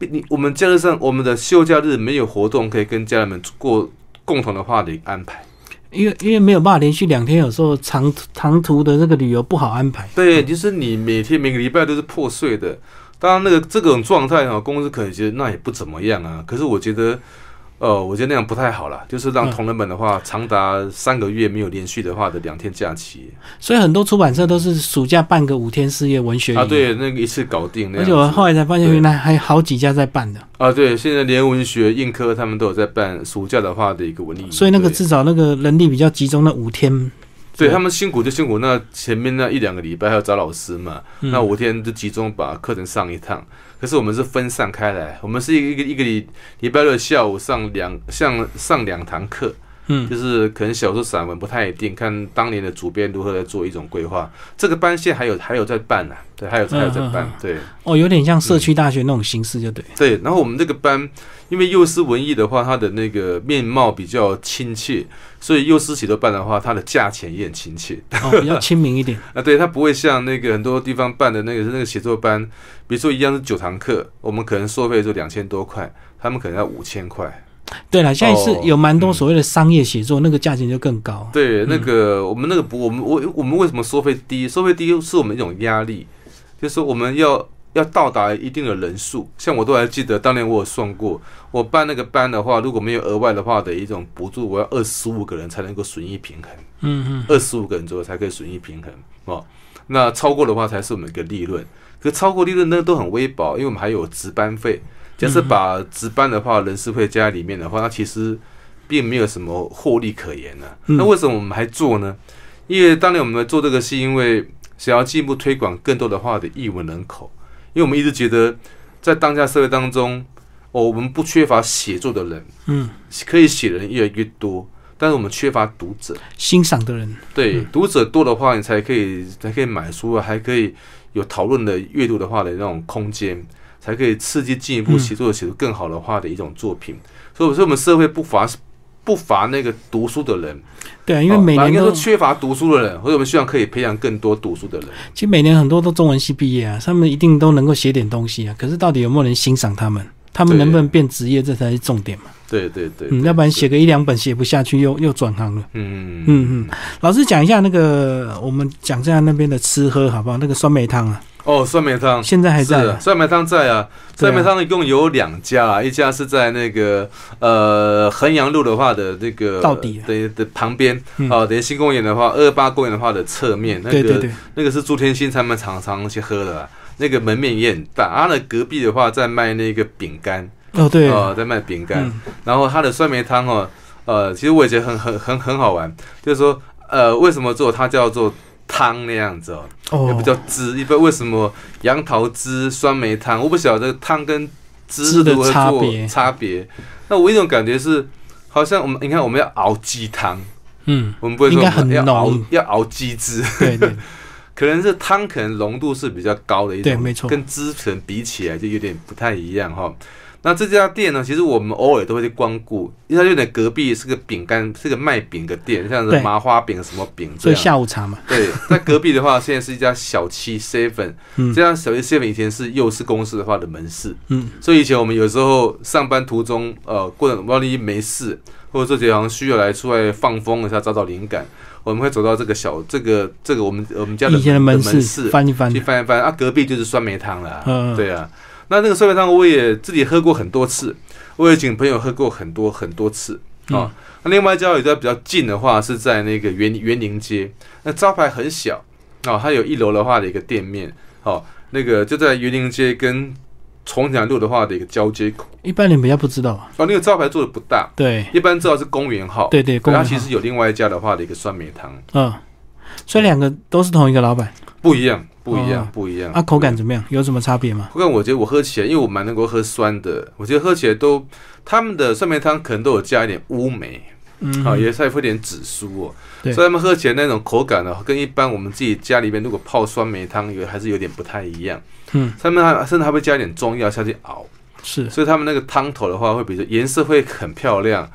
B: 你我们假日上我们的休假日没有活动可以跟家人们过共同的话题安排。
A: 因为因为没有办法连续两天，有时候长长途的这个旅游不好安排。
B: 对，就是你每天每个礼拜都是破碎的。当然，那个这种状态哈，公司可能觉得那也不怎么样啊。可是我觉得，呃，我觉得那样不太好啦。就是让
A: 嗯
B: 同仁们的话，长达三个月没有连续的话的两天假期
A: 所以很多出版社都是暑假办个五天四夜文学营
B: 啊，，对，那个一次搞定那
A: 而且我
B: 样子
A: 后来才发现，
B: 对
A: 原来还有好几家在办的，
B: 啊，对，现在连文学、硬科他们都有在办暑假的话的一个文艺营，
A: 所以那个
B: 嗯对
A: 至少那个人力比较集中那五天。
B: 对他们辛苦就辛苦，那前面那一两个礼拜还要找老师嘛，
A: 嗯
B: 那五天就集中把课程上一趟。可是我们是分散开来，我们是一个一个礼礼拜六下午上两上上两堂课，
A: 嗯
B: 就是可能小说散文不太一定，看当年的主编如何来做一种规划。这个班现在还有还有在办呢、啊对，还有还有在办
A: 嗯嗯，
B: 对
A: 哦，有点像社区大学那种形式，就对。
B: 对。然后我们这个班，因为幼师文艺的话，它的那个面貌比较亲切，所以幼师写作办的话，它的价钱也很亲切。
A: 哦，比较亲民一点。
B: 啊，对，它不会像那个很多地方办的那个那个写作班，比如说一样是九堂课，我们可能收费就两千多块，他们可能要五千块。
A: 对了，现在是
B: 哦
A: 有蛮多所谓的商业写作，那个价钱就更高。
B: 对，那个、我们那个不，我们我我们为什么收费低？收费低是我们一种压力，就是说我们要要到达一定的人数。像我都还记得，当年我有算过，我办那个班的话，如果没有额外的话的一种补助，我要二十五个人才能够损益平衡，
A: 嗯嗯，
B: 二十五个人左右才可以损益平衡哦。那超过的话才是我们一个利润，可超过利润呢都很微薄，因为我们还有值班费。假
A: 嗯
B: 设把值班的话，人事费加在里面的话，那其实并没有什么获利可言呢、
A: 嗯
B: 那为什么我们还做呢？因为当年我们做这个是因为想要进一步推广更多的话的译文人口，因为我们一直觉得在当下社会当中，哦，我们不缺乏写作的人，
A: 嗯，
B: 可以写的人越来越多，但是我们缺乏读者。
A: 欣赏的人，
B: 对，读者多的话，你才可以才可以买书啊，还可以有讨论的阅读的话的那种空间，才可以刺激进一步
A: 嗯
B: 写作写出更好的话的一种作品。所以我说，我们社会不乏不乏那个读书的人，
A: 对啊，因为每
B: 哦反正
A: 年
B: 应该
A: 都
B: 说缺乏读书的人，或者我们希望可以培养更多读书的人。
A: 其实每年很多都中文系毕业啊，他们一定都能够写点东西啊。可是到底有没有人欣赏他们？他们
B: 对
A: 能不能变职业，这才是重点嘛。
B: 对对对，
A: 嗯，要不然写个一两本写不下去，又又转行了。
B: 嗯
A: 嗯嗯，老师讲一下那个，我们讲一下那边的吃喝好不好？那个酸梅汤啊，
B: 哦，酸梅汤
A: 现在还在
B: 是
A: 啊、
B: 啊酸梅汤在啊，
A: 对啊
B: 酸梅汤一共有两家啊，一家是在那个呃衡阳路的话的那个
A: 到底啊
B: 的的旁边
A: 嗯
B: 哦，等于新公园的话，二八公园的话的侧面，那
A: 对对
B: 个
A: 对，
B: 那个是朱天心他们常常去喝的啊，那个门面也很大。他的隔壁的话在卖那个饼干，
A: 哦对，
B: 哦，在卖饼干，
A: 嗯
B: 然后它的酸梅汤哦，呃，其实我也觉得很很很很好玩，就是说呃，为什么做它叫做汤那样子哦？也
A: 哦
B: 比，较汁，一般为什么杨桃汁、酸梅汤，我不晓得汤跟汁
A: 汁
B: 是
A: 的
B: 如何
A: 差
B: 做
A: 别
B: 差别。那我一种感觉是，好像我们你看我们要熬鸡汤，
A: 嗯，
B: 我们不会说
A: 应该很
B: 我们要熬
A: 浓
B: 要熬鸡汁，
A: 对
B: 啊
A: 对，
B: 可能是汤可能浓度是比较高的一种，
A: 对没错
B: 跟汁可能比起来就有点不太一样哈。那这家店呢，其实我们偶尔都会去光顾，因为它有点隔壁是个饼干，是个卖饼的店，像
A: 对
B: 是麻花饼什么饼这
A: 所以
B: 样。
A: 下午茶嘛，
B: 对，在隔壁的话，现在是一家小七 seven，
A: 嗯
B: 这家小七 seven 以前是幼师公司的话的门市，
A: 嗯，
B: 所以以前我们有时候上班途中，呃，过程万一没事，或者这节好像需要来出来放风一下，找找灵感，我们会走到这个小这个这个我们我们家的
A: 以前的
B: 门
A: 门
B: 门
A: 市
B: 市
A: 翻一翻
B: 去，翻一翻啊，隔壁就是酸梅汤了，
A: 嗯
B: 对啊，那那个酸梅汤我也自己喝过很多次，我也请朋友喝过很多很多次
A: 嗯
B: 啊。那另外一家有一家比较近的话是在那个园园林街，那招牌很小哦，它有一楼的话的一个店面哦，那个就在园林街跟重阳路的话的一个交接口
A: 一般人比较不知道啊。
B: 哦，那个招牌做的不大，
A: 对
B: 一般知道是公园号，
A: 对对，
B: 可
A: 公园
B: 它
A: 好
B: 其实有另外一家的话的一个酸梅汤，
A: 嗯，所以两个都是同一个老板
B: 不一样，不一
A: 哦
B: 样，不一样
A: 啊，口感怎么样？有什么差别吗？
B: 不过我觉得我喝起来，因为我蛮能够喝酸的，我觉得喝起来都他们的酸梅汤可能都有加一点乌梅，
A: 嗯，
B: 啊，也再附一点紫苏哦，
A: 对
B: 所以他们喝起来那种口感呢、跟一般我们自己家里面如果泡酸梅汤有还是有点不太一样。
A: 嗯，
B: 他们还甚至还会加一点中药下去熬，
A: 是
B: 所以他们那个汤头的话会比较颜色会很漂亮，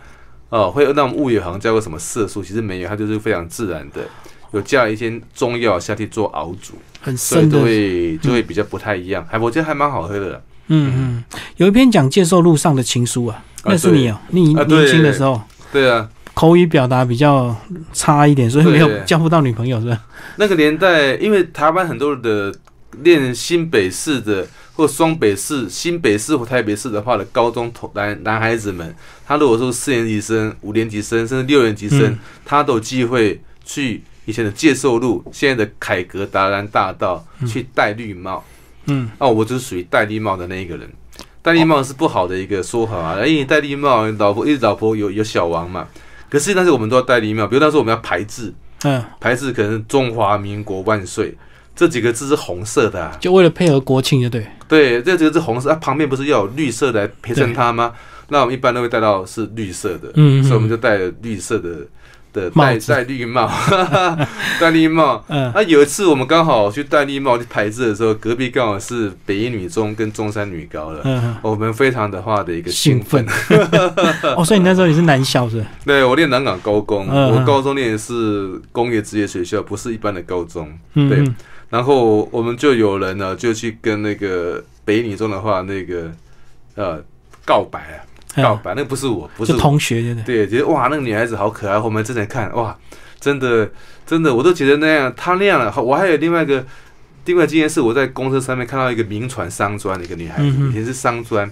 B: 哦，会让我们误以为好像加过什么色素，其实没有，它就是非常自然的，有加了一些中药下去做熬煮。
A: 很
B: 所以
A: 深的
B: 就，会就会比较不太一样，还哎我觉得还蛮好喝的
A: 嗯嗯，有一篇讲介绍路上的情书啊，那是你哦，你
B: 啊对
A: 年轻的时候
B: 对啊，
A: 口语表达比较差一点，所以没有
B: 对
A: 交不到女朋友是吧？
B: 那个年代，因为台湾很多的呃练新北市的或双北市、新北市或台北市的话的高中同男男孩子们，他如果说四年级生、五年级生甚至六年级生，
A: 嗯
B: 他都有机会去以前的介寿路、现在的凯格达兰大道去戴绿帽。
A: 嗯，
B: 哦，我就是属于戴绿帽的那一个人。戴绿帽是不好的一个说法啊，因为你戴绿帽，老婆一老婆有有小王嘛。可是那时候我们都要戴绿帽，比如那时候我们要排字，
A: 嗯，
B: 牌子可能“中华民国万岁”这几个字是红色的、啊，
A: 就为了配合国庆，就对，
B: 对，这几个字红色，它、旁边不是要有绿色来陪衬它吗？那我们一般都会戴到是绿色的，
A: 嗯嗯
B: 所以我们就戴了绿色的的
A: 帽
B: 戴
A: 子
B: 戴绿帽， 戴绿帽。
A: 嗯
B: 那有一次我们刚好去戴绿帽去排字的时候，隔壁刚好是北一女中跟中山女高了，
A: 嗯，
B: 我们非常的话的一个
A: 兴
B: 兴奋
A: 奋。 哦，所以你那时候你是男校是吧？
B: 对我念南港高工，
A: 嗯
B: 我高中念的是工业职业学校，不是一般的高中。
A: 嗯，
B: 对
A: 嗯
B: 然后我们就有人呢，就去跟那个北女中的话，那个呃告白啊，
A: 嗯
B: 告白，那不是我，不是
A: 就
B: 我，
A: 同学对不对？
B: 对，觉得哇，那个女孩子好可爱，我们真的看哇，真的真的，我都觉得那样，她那样了。我还有另外一个另外一件事，我在公车上面看到一个名传商专的一个女孩子
A: 嗯，哼
B: 以前是商专，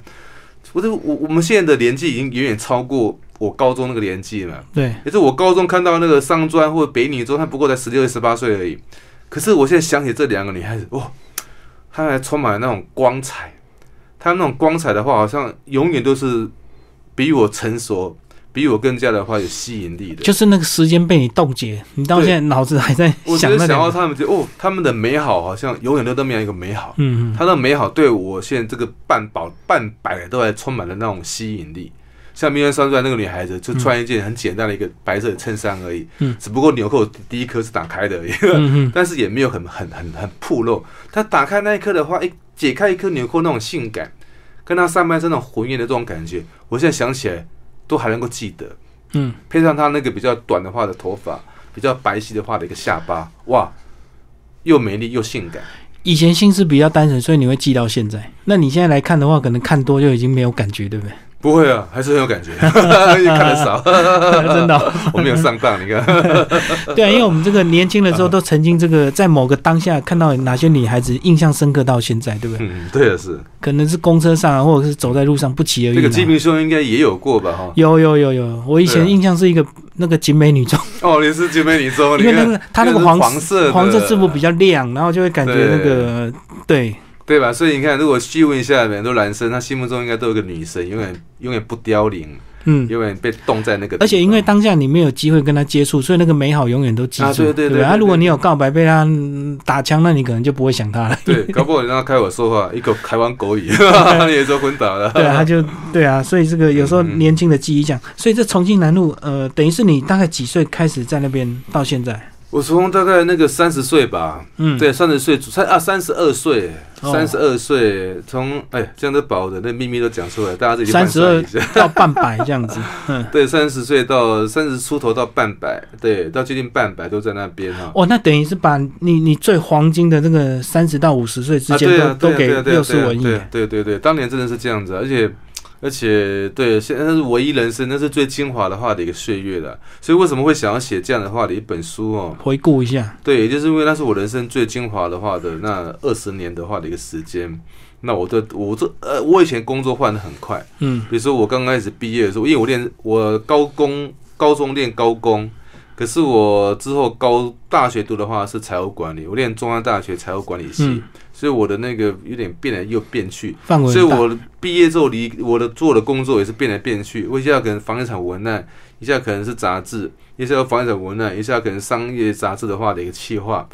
B: 我都我我们现在的年纪已经远远超过我高中那个年纪了。
A: 对，
B: 也是我高中看到那个商专或北女中，她不过才十六、十八岁而已。可是我现在想起这两个女孩子，哇，她还充满了那种光彩。她那种光彩的话，好像永远都是比我成熟、比我更加的话有吸引力的。
A: 就是那个时间被你冻结，你到
B: 对
A: 现在脑子还在
B: 我觉
A: 想
B: 得
A: 那
B: 想
A: 两
B: 要
A: 个。
B: 她们，觉得哦，她们的美好好像永远都那么样一个美好。
A: 嗯嗯，
B: 她的美好对我现在这个半饱半百都还充满了那种吸引力。像明月山传那个女孩子，就穿一件很简单的一个白色的衬衫而已，
A: 嗯
B: 只不过纽扣第一颗是打开的而已，
A: 嗯嗯
B: 但是也没有很很很很暴露。她打开那一刻的话，一解开一颗纽扣那种性感，跟她上半身那种浑圆的这种感觉，我现在想起来都还能够记得。
A: 嗯，
B: 配上她那个比较短的话的头发，比较白皙的话的一个下巴，哇，又美丽又性感。
A: 以前心思比较单纯，所以你会记到现在。那你现在来看的话，可能看多就已经没有感觉，对不对？
B: 不会啊，还是很 有感觉，因为看得少，
A: 真的哦、
B: 我没有上当，你看，
A: 对啊，因为我们这个年轻的时候都曾经这个在某个当下看到哪些女孩子印象深刻到现在，对不对？
B: 嗯，对的是，
A: 可能是公车上啊，或者是走在路上不期而遇
B: 这
A: 啊。
B: 个鸡平兄应该也有过吧？哈，
A: 有有有有，我以前印象是一个那个景美女中，
B: 哦，你是姐妹，你中，
A: 因
B: 你
A: 为
B: 看
A: 那个她那个
B: 是
A: 黄
B: 黄色的
A: 黄色制服比较亮，然后就会感觉那个对
B: 对吧？所以你看，如果细问一下很多男生，他心目中应该都有个女生，永远永远不凋零，
A: 嗯，
B: 永远被冻在那个地方。
A: 而且因为当下你没有机会跟他接触，所以那个美好永远都记住。
B: 啊对对对
A: 不啊，
B: 对对
A: 如果你有告白被他嗯打枪，那你可能就不会想他了。
B: 对，搞不好你让他开我说话，一口台湾 狗语， 你也说昏倒 了。
A: 对啊，他就对啊，所以这个有时候年轻的记忆讲，所以这重庆南路，呃，等于是你大概几岁开始在那边到现在？
B: 我从大概那个三十岁吧，
A: 嗯，
B: 对，三十岁左三啊，三十二岁，
A: 哦
B: 三十二岁，从哎，这样都把我的那秘密都讲出来，大家自己去换算
A: 32
B: 一下。
A: 到半百这样 子。嗯，
B: 对，三十岁到三十出头到半百，对，到接近半百都在那边哈。
A: 哦哇，那等于是把你你最黄金的这个三十到五十岁之
B: 啊，
A: 间
B: 对
A: 都、
B: 啊，
A: 都
B: 对啊
A: 给
B: 对啊对啊
A: 六十
B: 对啊
A: 文艺。
B: 对啊对对对，当年真的是这样子啊，而且而且对，现在是唯一人生，那是最精华的话的一个岁月了。所以为什么会想要写这样的话的一本书哦？
A: 回顾一下，
B: 对，也就是因为那是我人生最精华的话的那二十年的话的一个时间。那我的我这呃，我以前工作换的很快，
A: 嗯
B: 比如说我刚开始毕业的时候，因为我练我高工高中练高工，可是我之后高大学读的话是财务管理，我练中央大学财务管理系，
A: 嗯，
B: 所以我的那个有点变来又变去，
A: 范围
B: 所以
A: 很大
B: 我毕业之后离我的做的工作也是变来变去，我一下可能房地产文案，一下可能是杂志，一下房地产文案，一下可能商业杂志的话的一个企划。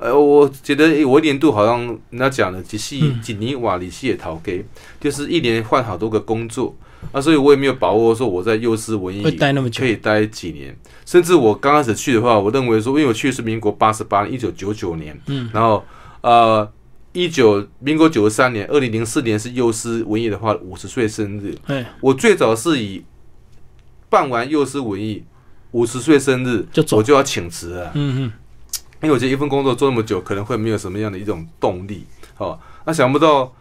B: 呃，我觉得诶我一年度好像人家讲的，几系
A: 嗯
B: 几年瓦里系也逃给，就是一年换好多个工作啊，所以我也没有把握说我在幼师文艺
A: 会待那么久
B: 可。以待几年，甚至我刚开始去的话，我认为说，因为我去的是民国八十八年，一九九九年，
A: 嗯，
B: 然后呃，一九民国九十三年，二零零四年是幼师文艺的话五十岁生日，
A: 哎，
B: 我最早是以办完幼师文艺五十岁生日
A: 就走
B: 我就要请辞了，
A: 嗯嗯，
B: 因为我觉得一份工作做那么久，可能会没有什么样的一种动力。哦，那想不到，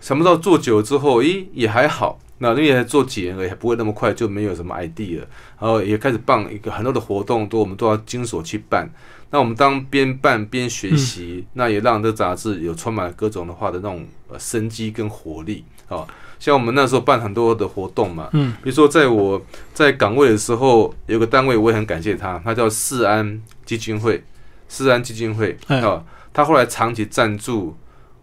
B: 想不到做久了之后，咦，也还好。那因为还做几年而已，还不会那么快就没有什么 idea 了。然后也开始办一个很多的活动，都我们都要经手去办。那我们当边办边学习，那也让这杂志有充满了各种的话的那种呃生机跟活力。哦，像我们那时候办很多的活动嘛，
A: 嗯，
B: 比如说在我在岗位的时候，有个单位我也很感谢他，他叫世安基金会，世安基金会
A: 哎
B: 啊，他后来长期赞助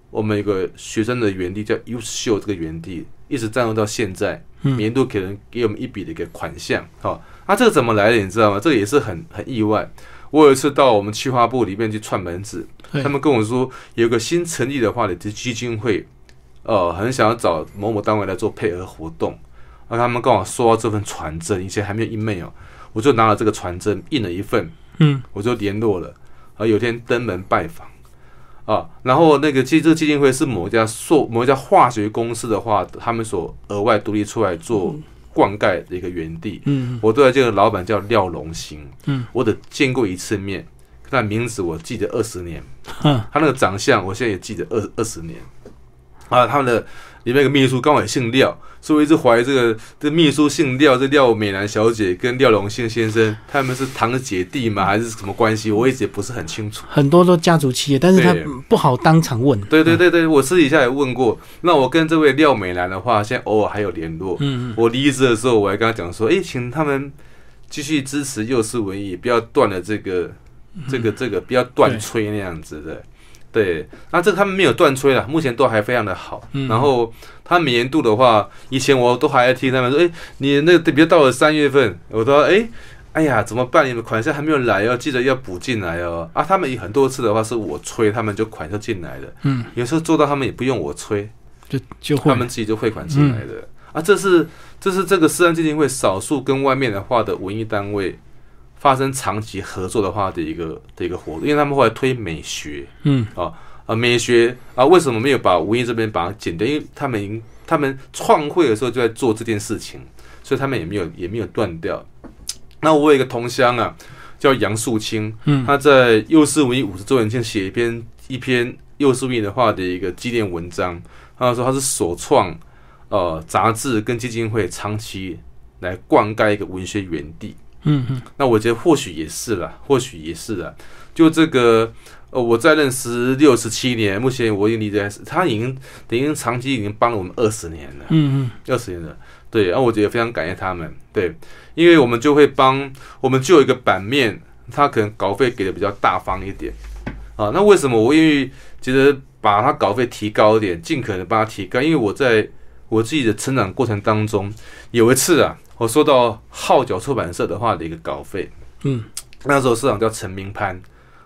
B: 我们有个学生的园地叫 Youth Show 这个园地，一直赞助到现在，
A: 嗯
B: 年度可能给我们一笔的一个款项。好、那、这个怎么来的你知道吗？这个也是很很意外。我有一次到我们企划部里面去串门子，
A: 对
B: 他们跟我说有个新成立的话的基金会，呃，很想要找某某单位来做配合活动。那他们刚好收到这份传真，以前还没有 email，我就拿了这个传真印了一份，
A: 嗯，
B: 我就联络了，啊，有天登门拜访，啊，然后那个其实这个基金会是某一家硕某一家化学公司的话，他们所额外独立出来做灌溉的一个园地。
A: 嗯
B: 我对这个老板叫廖龙兴，
A: 嗯，
B: 我只见过一次面，但名字我记得二十年，
A: 哼，
B: 他那个长相我现在也记得二二十年。啊，他们的里面有个秘书刚好也姓廖，所以我一直怀疑这个这秘书姓廖，这廖美兰小姐跟廖龙兴先生，他们是堂姐弟吗，还是什么关系？我一直也不是很清楚。
A: 很多都家族企业，但是他
B: 对
A: 不好当场问。
B: 对对对对，我私底下也问过。那我跟这位廖美兰的话，现在偶尔还有联络。
A: 嗯，嗯
B: 我离职的时候，我还跟她讲说，诶，请他们继续支持幼师文艺，不要断了这个、
A: 嗯
B: 这个、这个，不要断吹那样子的。对，那这个他们没有断吹了，目前都还非常的好。
A: 嗯
B: 然后他每年度的话，以前我都还听他们说，诶，你那个，比如到了三月份，我都诶。哎呀，怎么办？你们款项还没有来哦，记得要补进来哦。啊，他们有很多次的话是我催，他们就款就进来了。
A: 嗯，
B: 有时候做到他们也不用我催，
A: 就就会
B: 他们自己就汇款进来的。啊，这是这是这个私人基金会少数跟外面的话的文艺单位发生长期合作的话的一个的一个活动，因为他们后来推美学
A: 嗯
B: 啊，美学啊，为什么没有把文艺这边把它剪掉？因为他们已经他们创会的时候就在做这件事情，所以他们也没有也没有断掉。那我有一个同乡啊，叫杨树清，
A: 嗯
B: 他在幼师文艺五十周年庆写一篇一篇幼师文艺的话的一个纪念文章，他说他是首创呃杂志跟基金会长期来灌溉一个文学园地。
A: 嗯嗯
B: 那我觉得或许也是啦，或许也是啦。就这个，呃，我在任十六十七年，目前我已经离职，他已经已经长期已经帮了我们二十年了。
A: 嗯
B: 二十年了，对，然、后我觉得非常感谢他们，对，因为我们就会帮我们就有一个版面，他可能稿费给的比较大方一点啊。那为什么我愿意觉得把他稿费提高一点，尽可能把它提高？因为我在我自己的成长过程当中，有一次啊，我收到号角出版社的话的一个稿费，
A: 嗯，
B: 那时候社长叫陈明潘，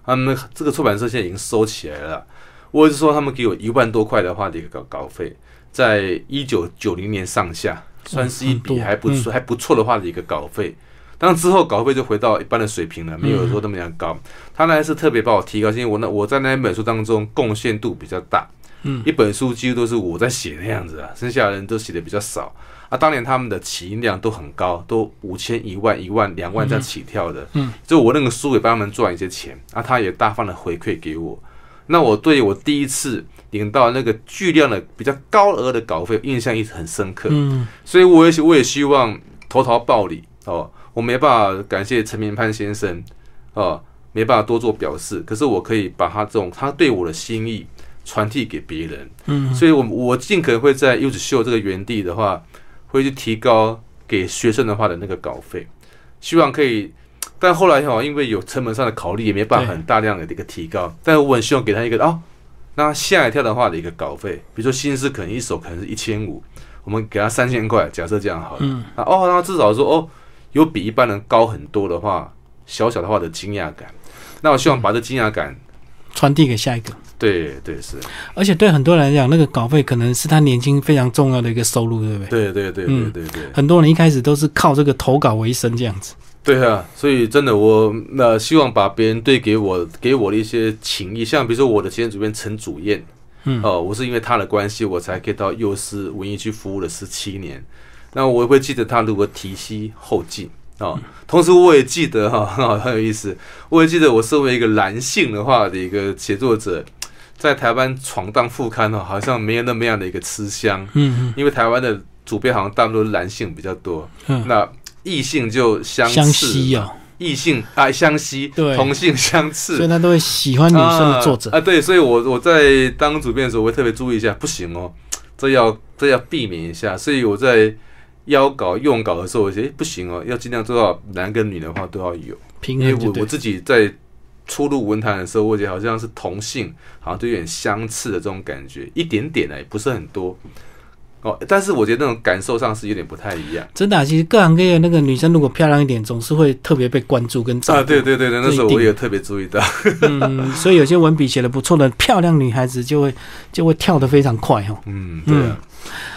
B: 他们这个出版社现在已经收起来了。我是说，他们给我一万多块的话的一个稿稿费，在一九九零年上下，算是一
A: 很多
B: 笔
A: 嗯
B: 还不错、还不错的话的一个稿费。当然之后稿费就回到一般的水平
A: 嗯
B: 了，没有说那么样高。他那是特别把我提高，是因为我那我在那一本书当中贡献度比较大，
A: 嗯
B: 一本书几乎都是我在写那样子啊，剩下的人都写的比较少。啊，当年他们的起印量都很高，都五千、一万、一万、两万这样起跳的。
A: 嗯，
B: 就我那个书也帮他们赚一些钱，啊，他也大方的回馈给我。那我对我第一次领到那个巨量的比较高额的稿费，印象一直很深刻。
A: 嗯
B: 所以我也希我也希望投桃报李哦，我没办法感谢陈明潘先生哦，没办法多做表示，可是我可以把他这种他对我的心意传递给别人，
A: 嗯
B: 所以我我尽可能会在柚子秀这个园地的话，会去提高给学生的话的那个稿费，希望可以。但后来哈，因为有成本上的考虑，也没办法
A: 对
B: 很大量的一个提高。但我很希望给他一个哦，那吓一跳的话的一个稿费，比如说新诗可能一首可能是一千五，我们给他三千块，假设这样好了。
A: 嗯
B: 啊哦，那至少说哦，有比一般人高很多的话，小小的话的惊讶感。那我希望把这惊讶感，
A: 传递给下一个。
B: 对对是，
A: 而且对很多人来讲，那个稿费可能是他年轻非常重要的一个收入，对不对？
B: 对对对对对对。
A: 很多人一开始都是靠这个投稿为生这样子。
B: 对啊，所以真的我那、呃希望把别人对给我给我的一些情谊，像比如说我的前任主编陈祖燕，
A: 嗯
B: 哦、我是因为他的关系，我才可以到幼师文艺区服务了十七年。那我也会记得他如何提携后进哦，同时我也记得哈、哈 很有意思，我也记得我身为一个男性的话的一个写作者，在台湾闯荡副刊哦，好像没有那么样的一个吃香，
A: 嗯
B: 因为台湾的主编好像大部分都是男性比较多，
A: 嗯
B: 那异性就相
A: 嗯，
B: 似
A: 相吸哦，
B: 异性啊相吸，
A: 对
B: 同性相
A: 所
B: 斥
A: 以。他都会喜欢女生的作者
B: 啊。啊，对，所以我我在当主编的时候，我会特别注意一下，不行哦，这要这要避免一下。所以我在邀稿用稿的时候，我觉得诶不行哦，要尽量做到男跟女的话都要有，
A: 平
B: 因为
A: 衡就
B: 哎我
A: 对
B: 我。自己在初入文坛的时候，我觉得好像是同性，好像就有点相斥的这种感觉，一点点呢，也不是很多。哦，但是我觉得那种感受上是有点不太一样
A: 真的啊、其实各行各业那个女生如果漂亮一点，总是会特别被关注跟照顾。
B: 啊！对对对对，那时候
A: 这一定
B: 我也有特别注意到。
A: 嗯，所以有些文笔写的不错的漂亮女孩子就会就会跳得非常快哦。
B: 嗯，对啊。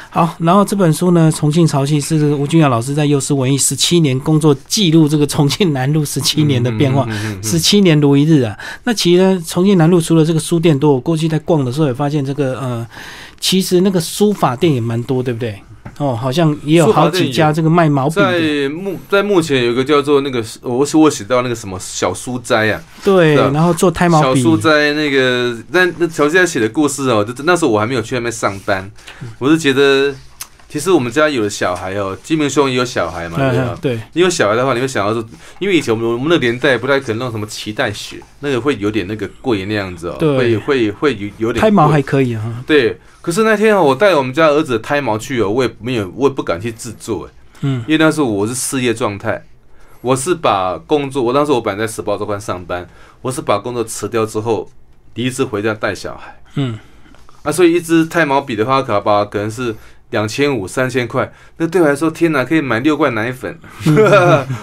A: 好，然后这本书呢，《重庆潮汐》是这个吴君尧老师在幼师文艺十七年工作记录这个重庆南路十七年的变化，
B: 嗯嗯嗯嗯
A: 十七年如一日啊。那其实呢，重庆南路除了这个书店多，我过去在逛的时候也发现这个呃，其实那个书法店也蛮多，对不对？哦，好像也有
B: 书法
A: 好
B: 店
A: 几
B: 有
A: 家这个卖毛笔的，
B: 在目在目前有一个叫做那个，我我写到那个什么小书斋啊，
A: 对，
B: 是啊
A: 然后做胎毛
B: 小
A: 笔，
B: 树在那个，但那小树在写的故事哦，就那时候我还没有去那边上班，
A: 嗯
B: 我是觉得，其实我们家有了小孩哦，金明兄也有小孩嘛，对啊
A: 嗯
B: 吧，？
A: 对，
B: 你有小孩的话，你会想要说，因为以前我们我们那个年代不太可能弄什么脐带血，那个会有点那个贵那样子哦，
A: 对
B: 会会会有有点
A: 胎毛
B: 贵
A: 还可以啊哈、
B: 对。可是那天哦，我带我们家儿子的胎毛去哦，我也没有，我也不敢去制作哎，
A: 嗯
B: 因为那时候我是事业状态，我是把工作，我当时我本来在时报周刊上班，我是把工作辞掉之后，离职回家带小孩
A: 嗯，
B: 啊，所以一支钛毛笔的话，可吧，可能是两千五、三千块，那对我来说，天哪，可以买六罐 奶粉。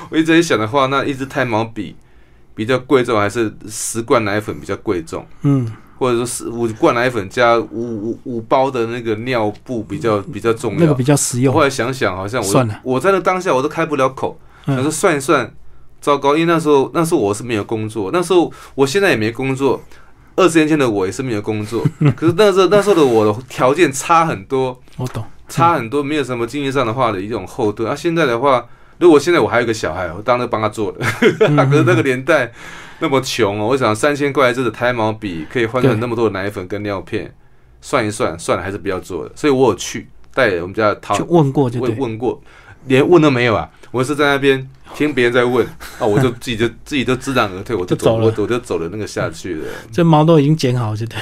B: 我一直在想的话，那一支钛毛笔比较贵重，还是十罐奶粉比较贵重？
A: 嗯，
B: 或者说是五罐奶粉加五五五包的那个尿布比较比较重要，
A: 嗯那个比较实
B: 我后
A: 用，
B: 来想想，好像我
A: 算了
B: 我在那当下我都开不了口，
A: 嗯
B: 想说算一算，糟糕，因为那时候那时候我是没有工作，那时候我现在也没工作，二十年前的我也是没有工作， 可是那时候那时候的我的条件差很多，
A: 我懂，
B: 差很多，没有什么经济上的话的一种后盾。啊，现在的话，如果现在我还有个小孩，我当然帮他做了。
A: 嗯
B: 可是那个年代那么穷哦，我想三千块这的胎毛笔可以换成
A: 对
B: 那么多的奶粉跟尿片，算一算，算了还是不要做了。所以我有去带我们家的桃
A: 就问过就
B: 问
A: 对，
B: 问过，连问都没有啊！我是在那边听别人在问啊，我就自己就自己就知难而退，我就
A: 就走
B: 走，
A: 了
B: 我我就走了那个下去了。
A: 这毛都已经剪好就对，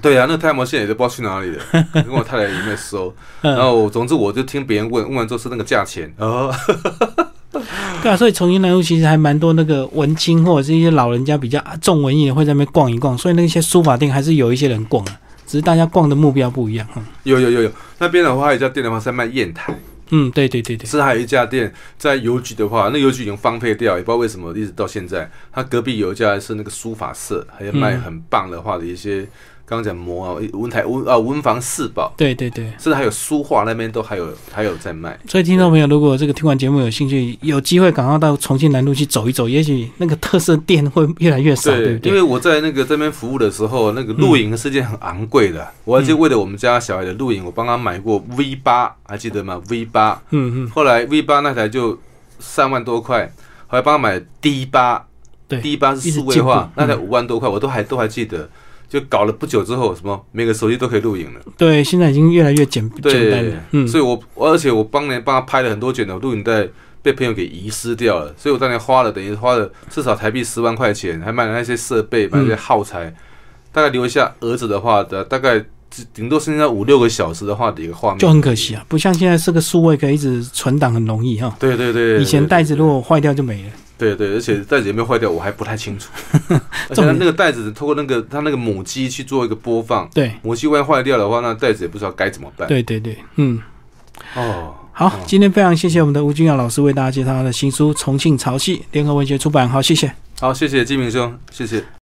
B: 对啊，那胎毛线也都不知道去哪里了，跟我太太也没收。
A: 嗯
B: 然后总之我就听别人问，问完之后是那个价钱，哦，
A: 对啊，所以重庆南路其实还蛮多那个文青或者是一些老人家比较重文艺的会在那边逛一逛，所以那些书法店还是有一些人逛的，只是大家逛的目标不一样。嗯
B: 有有有有，那边的话还有一家店的话是在卖砚台，
A: 嗯，对对对对，
B: 是还有一家店在邮局的话，那邮局已经荒废掉，也不知道为什么一直到现在。它隔壁有一家是那个书法社，还有卖
A: 嗯
B: 很棒的话的一些，刚刚讲魔啊，文台文啊文房四宝。
A: 对对对。
B: 甚至还有书画那边都还有还有在卖。
A: 所以听众朋友，如果这个听完节目有兴趣，有机会赶快到重庆南路去走一走，也许那个特色店会越来越少，对不
B: 因
A: 对？
B: 为我在那个这边服务的时候，那个露营是件很昂贵
A: 嗯
B: 的。我还记得为了我们家小孩的露营，我帮他买过 V 八，还记得吗？V 八，
A: 嗯嗯，
B: 后来 V 八那台就三万多块，后来帮他买 D 八，
A: 对
B: ，D 八是数
A: 一直
B: 位
A: 进步
B: 化，那台五万多块，我都还都还记得。就搞了不久之后，什么每个手机都可以录影了，
A: 对，现在已经越来越简简单
B: 对
A: 了，，嗯，
B: 所以我而且我当年帮他拍了很多卷的录影带，被朋友给遗失掉了，所以我当年花了等于花了至少台币十万块钱，还买了那些设备，买了那些耗材，大概留下儿子的话的大概只顶多剩下五六个小时的话的一个画面，
A: 就很可惜啊，不像现在这个数位可以一直存档很容易哈、
B: 对。对对对，
A: 以前袋子如果坏掉就没了，
B: 对对，而且袋子有没有坏掉我还不太 清楚，而且
A: 重
B: 它
A: 点
B: 那个袋子透过那个它那个母机去做一个播放，
A: 对，
B: 母机万一坏掉的话，那袋子也不知道该怎么办。
A: 对对对，嗯。
B: 哦，
A: 好
B: 嗯，
A: 今天非常谢谢我们的吴君耀老师为大家介绍他的新书《重庆潮汐》，联合文学出版。好，谢谢。
B: 好，谢谢金明兄，谢谢。